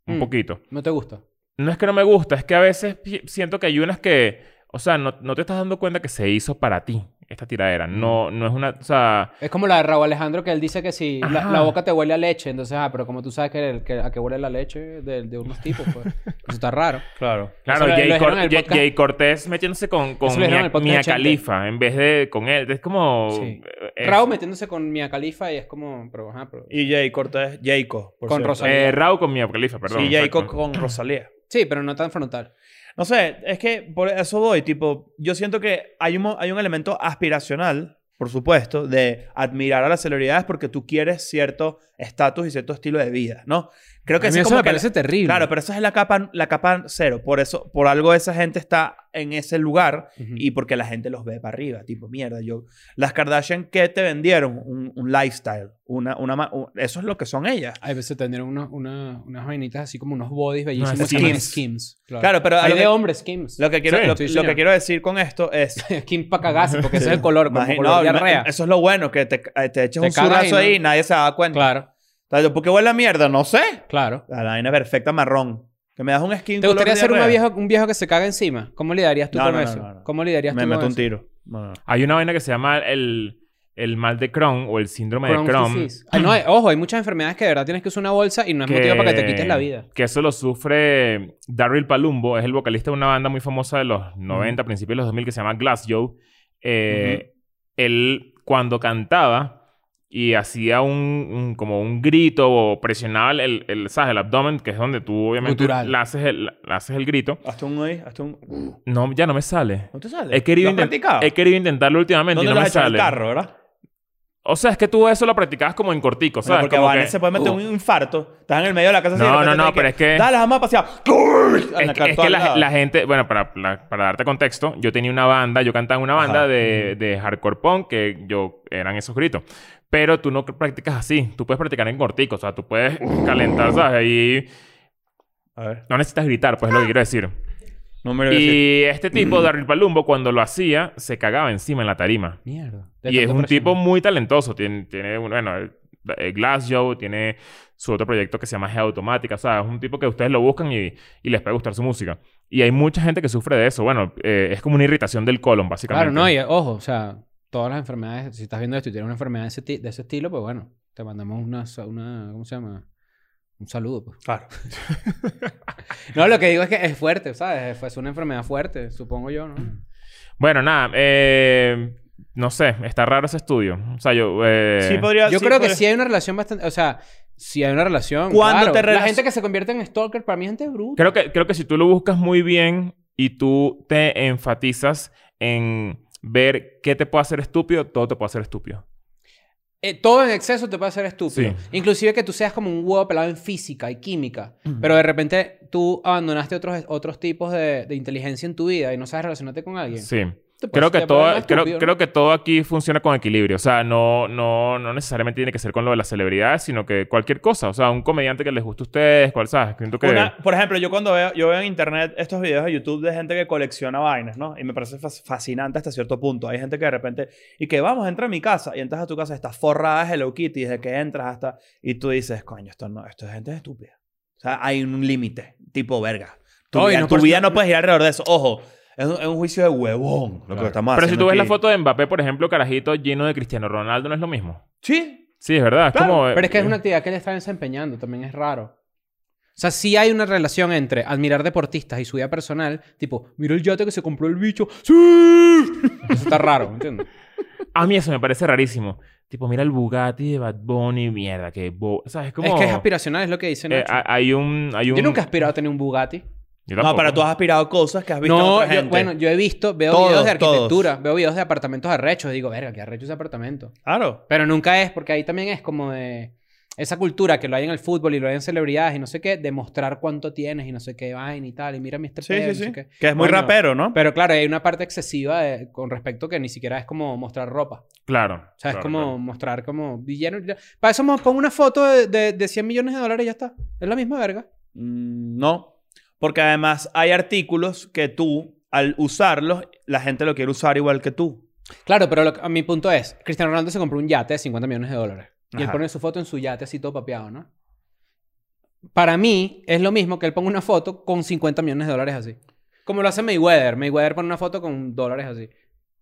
Speaker 2: Un
Speaker 3: Mm.
Speaker 2: poquito.
Speaker 3: No te gusta.
Speaker 2: No es que no me gusta, es que a veces pi- siento que hay unas que... O sea, no, no te estás dando cuenta que se hizo para ti esta tiradera. No, no es una... O sea...
Speaker 3: Es como la de Raúl Alejandro que él dice que si la,
Speaker 2: Ajá.
Speaker 3: la boca te huele a leche, entonces, ah, pero como tú sabes que, el- que- a qué huele la leche de, de unos tipos, pues. Eso está raro.
Speaker 4: Claro.
Speaker 2: Claro,
Speaker 3: Eso lo-
Speaker 2: Jay,
Speaker 3: lo dijeron
Speaker 2: Cor-
Speaker 3: en el
Speaker 2: Jay-
Speaker 3: podcast.
Speaker 2: Jay Cortés metiéndose con, con
Speaker 3: Eso lo dijeron en
Speaker 2: Mia,
Speaker 3: el podcast
Speaker 2: Mia
Speaker 3: de Chente.
Speaker 2: Khalifa en vez de con él. Es como...
Speaker 3: Sí.
Speaker 2: eh,
Speaker 3: Raúl metiéndose con Mia Califa y es como, pero ajá, pero.
Speaker 4: Y Jay Cortés, Jayco. por
Speaker 3: Con
Speaker 4: cierto.
Speaker 3: Rosalía.
Speaker 2: eh, Raúl con Mia Khalifa, perdón.
Speaker 4: Sí, Jayco
Speaker 2: exacto.
Speaker 4: con Rosalía.
Speaker 3: Sí, pero no tan frontal.
Speaker 4: No sé, es que por eso voy, tipo, yo siento que hay un, mo- hay un elemento aspiracional, por supuesto, de admirar a las celebridades porque tú quieres cierto estatus y cierto estilo de vida, ¿no? Creo que
Speaker 3: a
Speaker 4: ese
Speaker 3: mí
Speaker 4: es
Speaker 3: eso
Speaker 4: como
Speaker 3: me
Speaker 4: que la-
Speaker 3: parece terrible.
Speaker 4: Claro, pero esa es la capa, la capa cero. Por eso, por algo esa gente está en ese lugar
Speaker 3: Ujú.
Speaker 4: y porque la gente los ve para arriba. Tipo, mierda, yo... Las Kardashian, ¿qué te vendieron? Un, un lifestyle. Una, una, ma- un- eso es lo que son ellas.
Speaker 3: Hay veces tendrían unos- una- unas vainitas así como unos bodies bellísimos.
Speaker 2: skims.
Speaker 3: que llaman skims. Claro,
Speaker 4: Claro, pero a
Speaker 3: Hay
Speaker 4: lo
Speaker 3: de
Speaker 4: que-
Speaker 3: hombres skims.
Speaker 4: Lo que quiero,
Speaker 2: Sí,
Speaker 4: lo,
Speaker 2: sí,
Speaker 4: lo
Speaker 2: señor.
Speaker 4: que quiero decir con esto es...
Speaker 3: Skim para cagarse, porque ese es el color, como
Speaker 4: Imagina-
Speaker 3: color
Speaker 4: no,
Speaker 3: diarrea.
Speaker 4: Eso es lo bueno, que te, eh, te eches
Speaker 3: Te
Speaker 4: un
Speaker 3: cagas
Speaker 4: zurrazo
Speaker 3: y no-
Speaker 4: ahí y nadie se da cuenta.
Speaker 3: Claro,
Speaker 4: Claro. ¿Por qué huele a mierda? No sé.
Speaker 3: claro.
Speaker 4: La vaina perfecta marrón. Que me das un skin
Speaker 3: ¿Te
Speaker 4: color
Speaker 3: gustaría ser
Speaker 4: diarrea.
Speaker 3: una vieja, un viejo que se caga encima? ¿Cómo lidarías tú
Speaker 4: No,
Speaker 3: con
Speaker 4: no, no,
Speaker 3: eso?
Speaker 4: no, no.
Speaker 3: ¿Cómo lidarías
Speaker 4: Me
Speaker 3: tú
Speaker 4: meto
Speaker 3: con
Speaker 4: un
Speaker 3: eso?
Speaker 4: tiro. No, no.
Speaker 2: Hay una vaina que se llama el, el mal de Crohn o el síndrome de
Speaker 3: Crohn's
Speaker 2: Crohn.
Speaker 3: disease. Ah, no, eh, ojo, hay muchas enfermedades que de verdad tienes que usar una bolsa y no es motivo para que te quites la vida.
Speaker 2: Que eso lo sufre Daryl Palumbo, es el vocalista de una banda muy famosa de los 90, principios de los 2000, que se llama Glasgow. Eh, Él, cuando cantaba y hacía un, un- como un grito o presionaba el, el, el, ¿sabes? el abdomen, que es donde tú obviamente
Speaker 3: Gutural.
Speaker 2: le haces, el, le haces el grito.
Speaker 4: Hazte un ahí, hazte un...
Speaker 2: No, ya no me sale.
Speaker 4: ¿No te sale?
Speaker 2: He querido,
Speaker 4: ¿Lo has
Speaker 2: intent-
Speaker 4: practicado?
Speaker 2: he querido intentarlo últimamente y no
Speaker 4: ¿Dónde lo
Speaker 2: me
Speaker 4: has hecho? En el
Speaker 2: sale.
Speaker 4: carro, verdad?
Speaker 2: O sea, es que tú eso lo practicabas como en cortico,
Speaker 4: Bueno,
Speaker 2: ¿sabes?
Speaker 4: porque
Speaker 2: Como
Speaker 4: Vanessa
Speaker 2: que-
Speaker 4: se puede
Speaker 3: Uh.
Speaker 4: meter un infarto. Estás en el medio de la casa. así,
Speaker 2: No,
Speaker 4: de repente
Speaker 2: no, no,
Speaker 4: tienes
Speaker 2: pero es que-
Speaker 4: Dale, vamos a pasear. En
Speaker 2: Es
Speaker 4: la
Speaker 2: que, es
Speaker 4: cartola
Speaker 2: que
Speaker 4: al
Speaker 2: la,
Speaker 4: lado.
Speaker 2: la gente, bueno, para, para- para darte contexto, yo tenía una banda, yo cantaba en una banda
Speaker 4: Ajá.
Speaker 2: de, de hardcore punk que yo eran esos gritos. Pero tú no practicas así, tú puedes practicar en cortico, o sea, tú puedes calentar, ¿sabes? Y
Speaker 4: A ver.
Speaker 2: no necesitas gritar, pues es lo que quiero decir.
Speaker 4: No me lo voy a decir.
Speaker 2: Y este tipo, Darryl Palumbo, cuando lo hacía, se cagaba encima en la tarima.
Speaker 3: Mierda.
Speaker 2: Y es un tipo muy talentoso. Tiene, tiene bueno, el- el Glasgow, tiene su otro proyecto que se llama G Automática. O sea, es un tipo que ustedes lo buscan y, y les puede gustar su música. Y hay mucha gente que sufre de eso. Bueno, eh, es como una irritación del colon, básicamente.
Speaker 3: Claro, no, y ojo, o sea, todas las enfermedades, si estás viendo esto y tienes una enfermedad de ese, ti- de ese estilo, pues bueno, te mandamos una, sa- una ¿cómo se llama? Un saludo, pues.
Speaker 4: Claro.
Speaker 3: No, lo que digo es que es fuerte, ¿sabes? Es- Es una enfermedad fuerte, supongo yo, ¿no?
Speaker 2: Bueno, nada. eh, no sé. Está raro ese estudio. O sea, yo... eh,
Speaker 4: Sí podría-
Speaker 3: Yo creo que
Speaker 4: podría-
Speaker 3: sí hay una relación bastante, o sea, sí hay una relación.
Speaker 4: ¿Cuándo
Speaker 3: claro.
Speaker 4: te
Speaker 3: La
Speaker 4: relac-
Speaker 3: gente que se convierte en stalker para mí es gente bruta.
Speaker 2: Creo que, creo que si tú lo buscas muy bien y tú te enfatizas en ver qué te puede hacer estúpido, todo te puede hacer estúpido.
Speaker 3: Eh, todo en exceso te puede hacer estúpido.
Speaker 2: Sí.
Speaker 3: Inclusive que tú seas como un huevo pelado en física y química, pero de repente tú abandonaste otros, otros tipos de, de inteligencia en tu vida y no sabes relacionarte con alguien.
Speaker 2: Sí.
Speaker 3: Te
Speaker 2: Creo
Speaker 3: puedes-
Speaker 2: que,
Speaker 3: Pues te
Speaker 2: todo,
Speaker 3: vuelves
Speaker 2: creo,
Speaker 3: estúpido, ¿no?
Speaker 2: creo que todo aquí funciona con equilibrio. O sea, no, no, no necesariamente tiene que ser con lo de las celebridades, sino que cualquier cosa. O sea, un comediante que les guste a ustedes, cual sabes. Siento que...
Speaker 4: Una- por ejemplo, yo cuando veo, yo veo en internet estos videos de YouTube de gente que colecciona vainas, ¿no? Y me parece fas- fascinante hasta cierto punto. Hay gente que de repente, y que vamos, entra a mi casa, y entras a tu casa, estás forrada de Hello Kitty desde que entras hasta, y tú dices, coño, esto no, esto es gente estúpida. O sea, hay un límite, tipo verga. Tu,
Speaker 3: No, y
Speaker 4: vida,
Speaker 3: no
Speaker 4: tu
Speaker 3: por-
Speaker 4: vida no puedes girar alrededor de eso. Ojo, es un, es un juicio de huevón lo que
Speaker 3: Claro.
Speaker 4: estamos
Speaker 2: Pero si
Speaker 4: haciendo
Speaker 2: tú ves la
Speaker 4: aquí.
Speaker 2: foto de Mbappé, por ejemplo, carajito lleno de Cristiano Ronaldo, no es lo mismo.
Speaker 4: Sí,
Speaker 2: Sí, es verdad. Es
Speaker 4: Claro,
Speaker 2: como... eh,
Speaker 3: Pero es que es una actividad que le están desempeñando, también es raro. O sea, sí hay una relación entre admirar deportistas y su vida personal, tipo, mira el yate que se compró el bicho, ¡sí! Eso está raro, ¿me ¿entiendes?
Speaker 2: A mí eso me parece rarísimo. Tipo, mira el Bugatti de Bad Bunny, mierda, que... bo- O sea, es como...
Speaker 3: Es que es aspiracional, es lo que dicen.
Speaker 2: Eh, ha- hay un... Hay un...
Speaker 3: Yo nunca he aspirado a tener un Bugatti.
Speaker 2: Yo
Speaker 4: no,
Speaker 2: tampoco.
Speaker 4: pero tú has aspirado a cosas que has visto en
Speaker 3: No,
Speaker 4: otra
Speaker 3: yo-
Speaker 4: gente.
Speaker 3: bueno, yo he visto, veo
Speaker 4: Todos,
Speaker 3: videos de
Speaker 4: todos.
Speaker 3: arquitectura, veo videos de apartamentos arrechos, y digo, verga, qué arrecho ese apartamento.
Speaker 4: Claro.
Speaker 3: Pero nunca es, porque ahí también es como de esa cultura que lo hay en el fútbol y lo hay en celebridades y no sé qué, demostrar cuánto tienes y no sé qué vaina y tal, y mira este
Speaker 4: Sí,
Speaker 3: pedo,
Speaker 4: sí,
Speaker 3: no
Speaker 4: sí.
Speaker 3: sé qué.
Speaker 4: Que es muy
Speaker 3: Coño.
Speaker 4: rapero, ¿no?
Speaker 3: Pero claro, hay una parte excesiva de- con respecto que ni siquiera es como mostrar ropa.
Speaker 2: Claro.
Speaker 3: O sea,
Speaker 2: claro,
Speaker 3: es como
Speaker 2: claro.
Speaker 3: mostrar como villano. Para eso me pongo una foto de, de, de 100 millones de dólares y ya está. Es la misma verga.
Speaker 4: Mm, No, porque además hay artículos que tú al usarlos, la gente lo quiere usar igual que tú.
Speaker 3: Claro, pero lo que- a mi punto es, Cristiano Ronaldo se compró un yate de 50 millones de dólares. Y él
Speaker 4: Ajá.
Speaker 3: pone su foto en su yate así todo papeado, ¿no? Para mí es lo mismo que él ponga una foto con 50 millones de dólares así. Como lo hace Mayweather. Mayweather pone una foto con dólares así.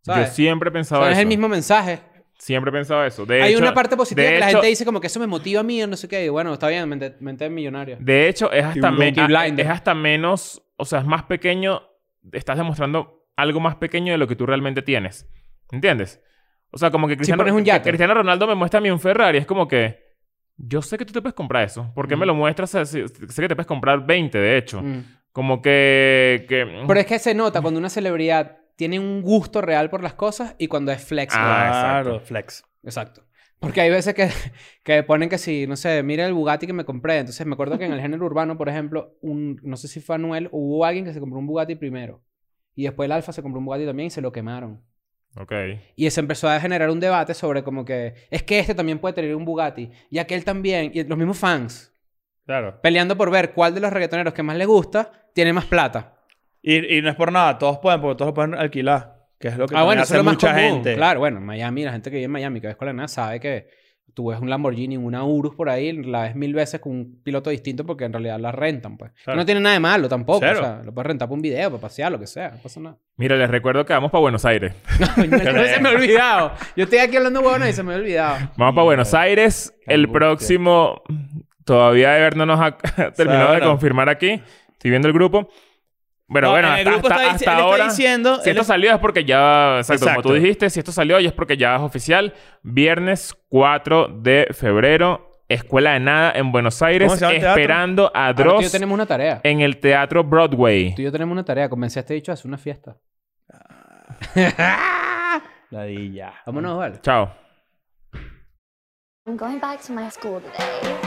Speaker 3: ¿Sabes?
Speaker 2: Yo siempre he
Speaker 3: O
Speaker 2: pensado
Speaker 3: sea,
Speaker 2: eso.
Speaker 3: es el mismo mensaje.
Speaker 2: Siempre he pensado eso. De
Speaker 3: Hay
Speaker 2: hecho,
Speaker 3: una parte positiva
Speaker 2: de
Speaker 3: que la
Speaker 2: hecho-
Speaker 3: gente dice como que eso me motiva a mí o no sé qué. Y bueno, está bien, mente, mente millonaria.
Speaker 2: De hecho, es hasta,
Speaker 3: un
Speaker 2: me-
Speaker 3: Peaky
Speaker 2: a-
Speaker 3: Blinder.
Speaker 2: es hasta menos, o sea, es más pequeño, estás demostrando algo más pequeño de lo que tú realmente tienes. ¿Entiendes? O sea, como que Cristiano,
Speaker 3: pones un
Speaker 2: que
Speaker 3: yate.
Speaker 2: Cristiano Ronaldo me muestra a mí un Ferrari, es como que yo sé que tú te puedes comprar eso. ¿Por qué me
Speaker 3: Mm.
Speaker 2: lo muestras? O sea, si- Sé que te puedes comprar 20, de hecho.
Speaker 3: Mm.
Speaker 2: Como que... que-
Speaker 3: Pero es que se nota cuando una celebridad tiene un gusto real por las cosas y cuando es flex.
Speaker 2: Ah,
Speaker 4: claro,
Speaker 2: exacto.
Speaker 4: flex.
Speaker 3: Exacto. Porque hay veces que, que ponen que si, no sé, mira el Bugatti que me compré. Entonces me acuerdo que en el género urbano, por ejemplo, un, no sé si fue Anuel, hubo alguien que se compró un Bugatti primero. Y después el Alfa se compró un Bugatti también y se lo quemaron.
Speaker 2: Ok.
Speaker 3: Y se empezó a generar un debate sobre como que es que este también puede tener un Bugatti y aquel también. Y los mismos fans
Speaker 4: Claro.
Speaker 3: peleando por ver cuál de los reggaetoneros que más le gusta tiene más plata.
Speaker 4: Y, y no es por nada, todos pueden, porque todos lo pueden alquilar. Que es lo que
Speaker 3: Ah,
Speaker 4: también
Speaker 3: bueno, eso es lo
Speaker 4: hace
Speaker 3: más
Speaker 4: mucha
Speaker 3: común.
Speaker 4: gente.
Speaker 3: Claro, bueno, en Miami, la gente que vive en Miami, que ves con la nada, sabe que tú ves un Lamborghini, una Urus por ahí, la ves mil veces con un piloto distinto porque en realidad la rentan, pues. Que
Speaker 4: Claro.
Speaker 3: No tiene nada de malo tampoco.
Speaker 4: Cero.
Speaker 3: O sea, lo puedes rentar para un video, para pasear, lo que sea. No pasa nada.
Speaker 2: Mira, les recuerdo que vamos para Buenos Aires.
Speaker 3: No, se me ha olvidado. Yo estoy aquí hablando huevones y se me ha olvidado.
Speaker 2: Vamos para Buenos Aires.
Speaker 4: Qué
Speaker 2: el
Speaker 4: angustia.
Speaker 2: próximo. Todavía Ever no nos ha terminado de
Speaker 4: bueno.
Speaker 2: confirmar aquí. Estoy viendo el grupo. Pero
Speaker 4: No,
Speaker 2: bueno,
Speaker 4: en el
Speaker 2: hasta,
Speaker 4: grupo
Speaker 2: hasta-
Speaker 4: está, dic-
Speaker 2: hasta
Speaker 4: él está
Speaker 2: ahora.
Speaker 4: diciendo.
Speaker 2: si
Speaker 4: él
Speaker 2: esto
Speaker 4: es-
Speaker 2: salió es porque ya. Exacto, como tú
Speaker 4: Exacto.
Speaker 2: dijiste, si esto salió ya es porque ya es oficial. Viernes 4 de febrero, Escuela de Nada en Buenos Aires,
Speaker 4: ¿Cómo se llama el teatro?
Speaker 2: esperando a
Speaker 3: Ahora tú y yo
Speaker 2: Dross
Speaker 3: tenemos una tarea.
Speaker 2: en el Teatro Broadway.
Speaker 3: Tú y yo tenemos una tarea. Convencí a este dicho a hacer una fiesta.
Speaker 4: Ladilla.
Speaker 3: Vámonos, vale.
Speaker 4: Ah.
Speaker 2: Chao.
Speaker 1: I'm going back to my school today.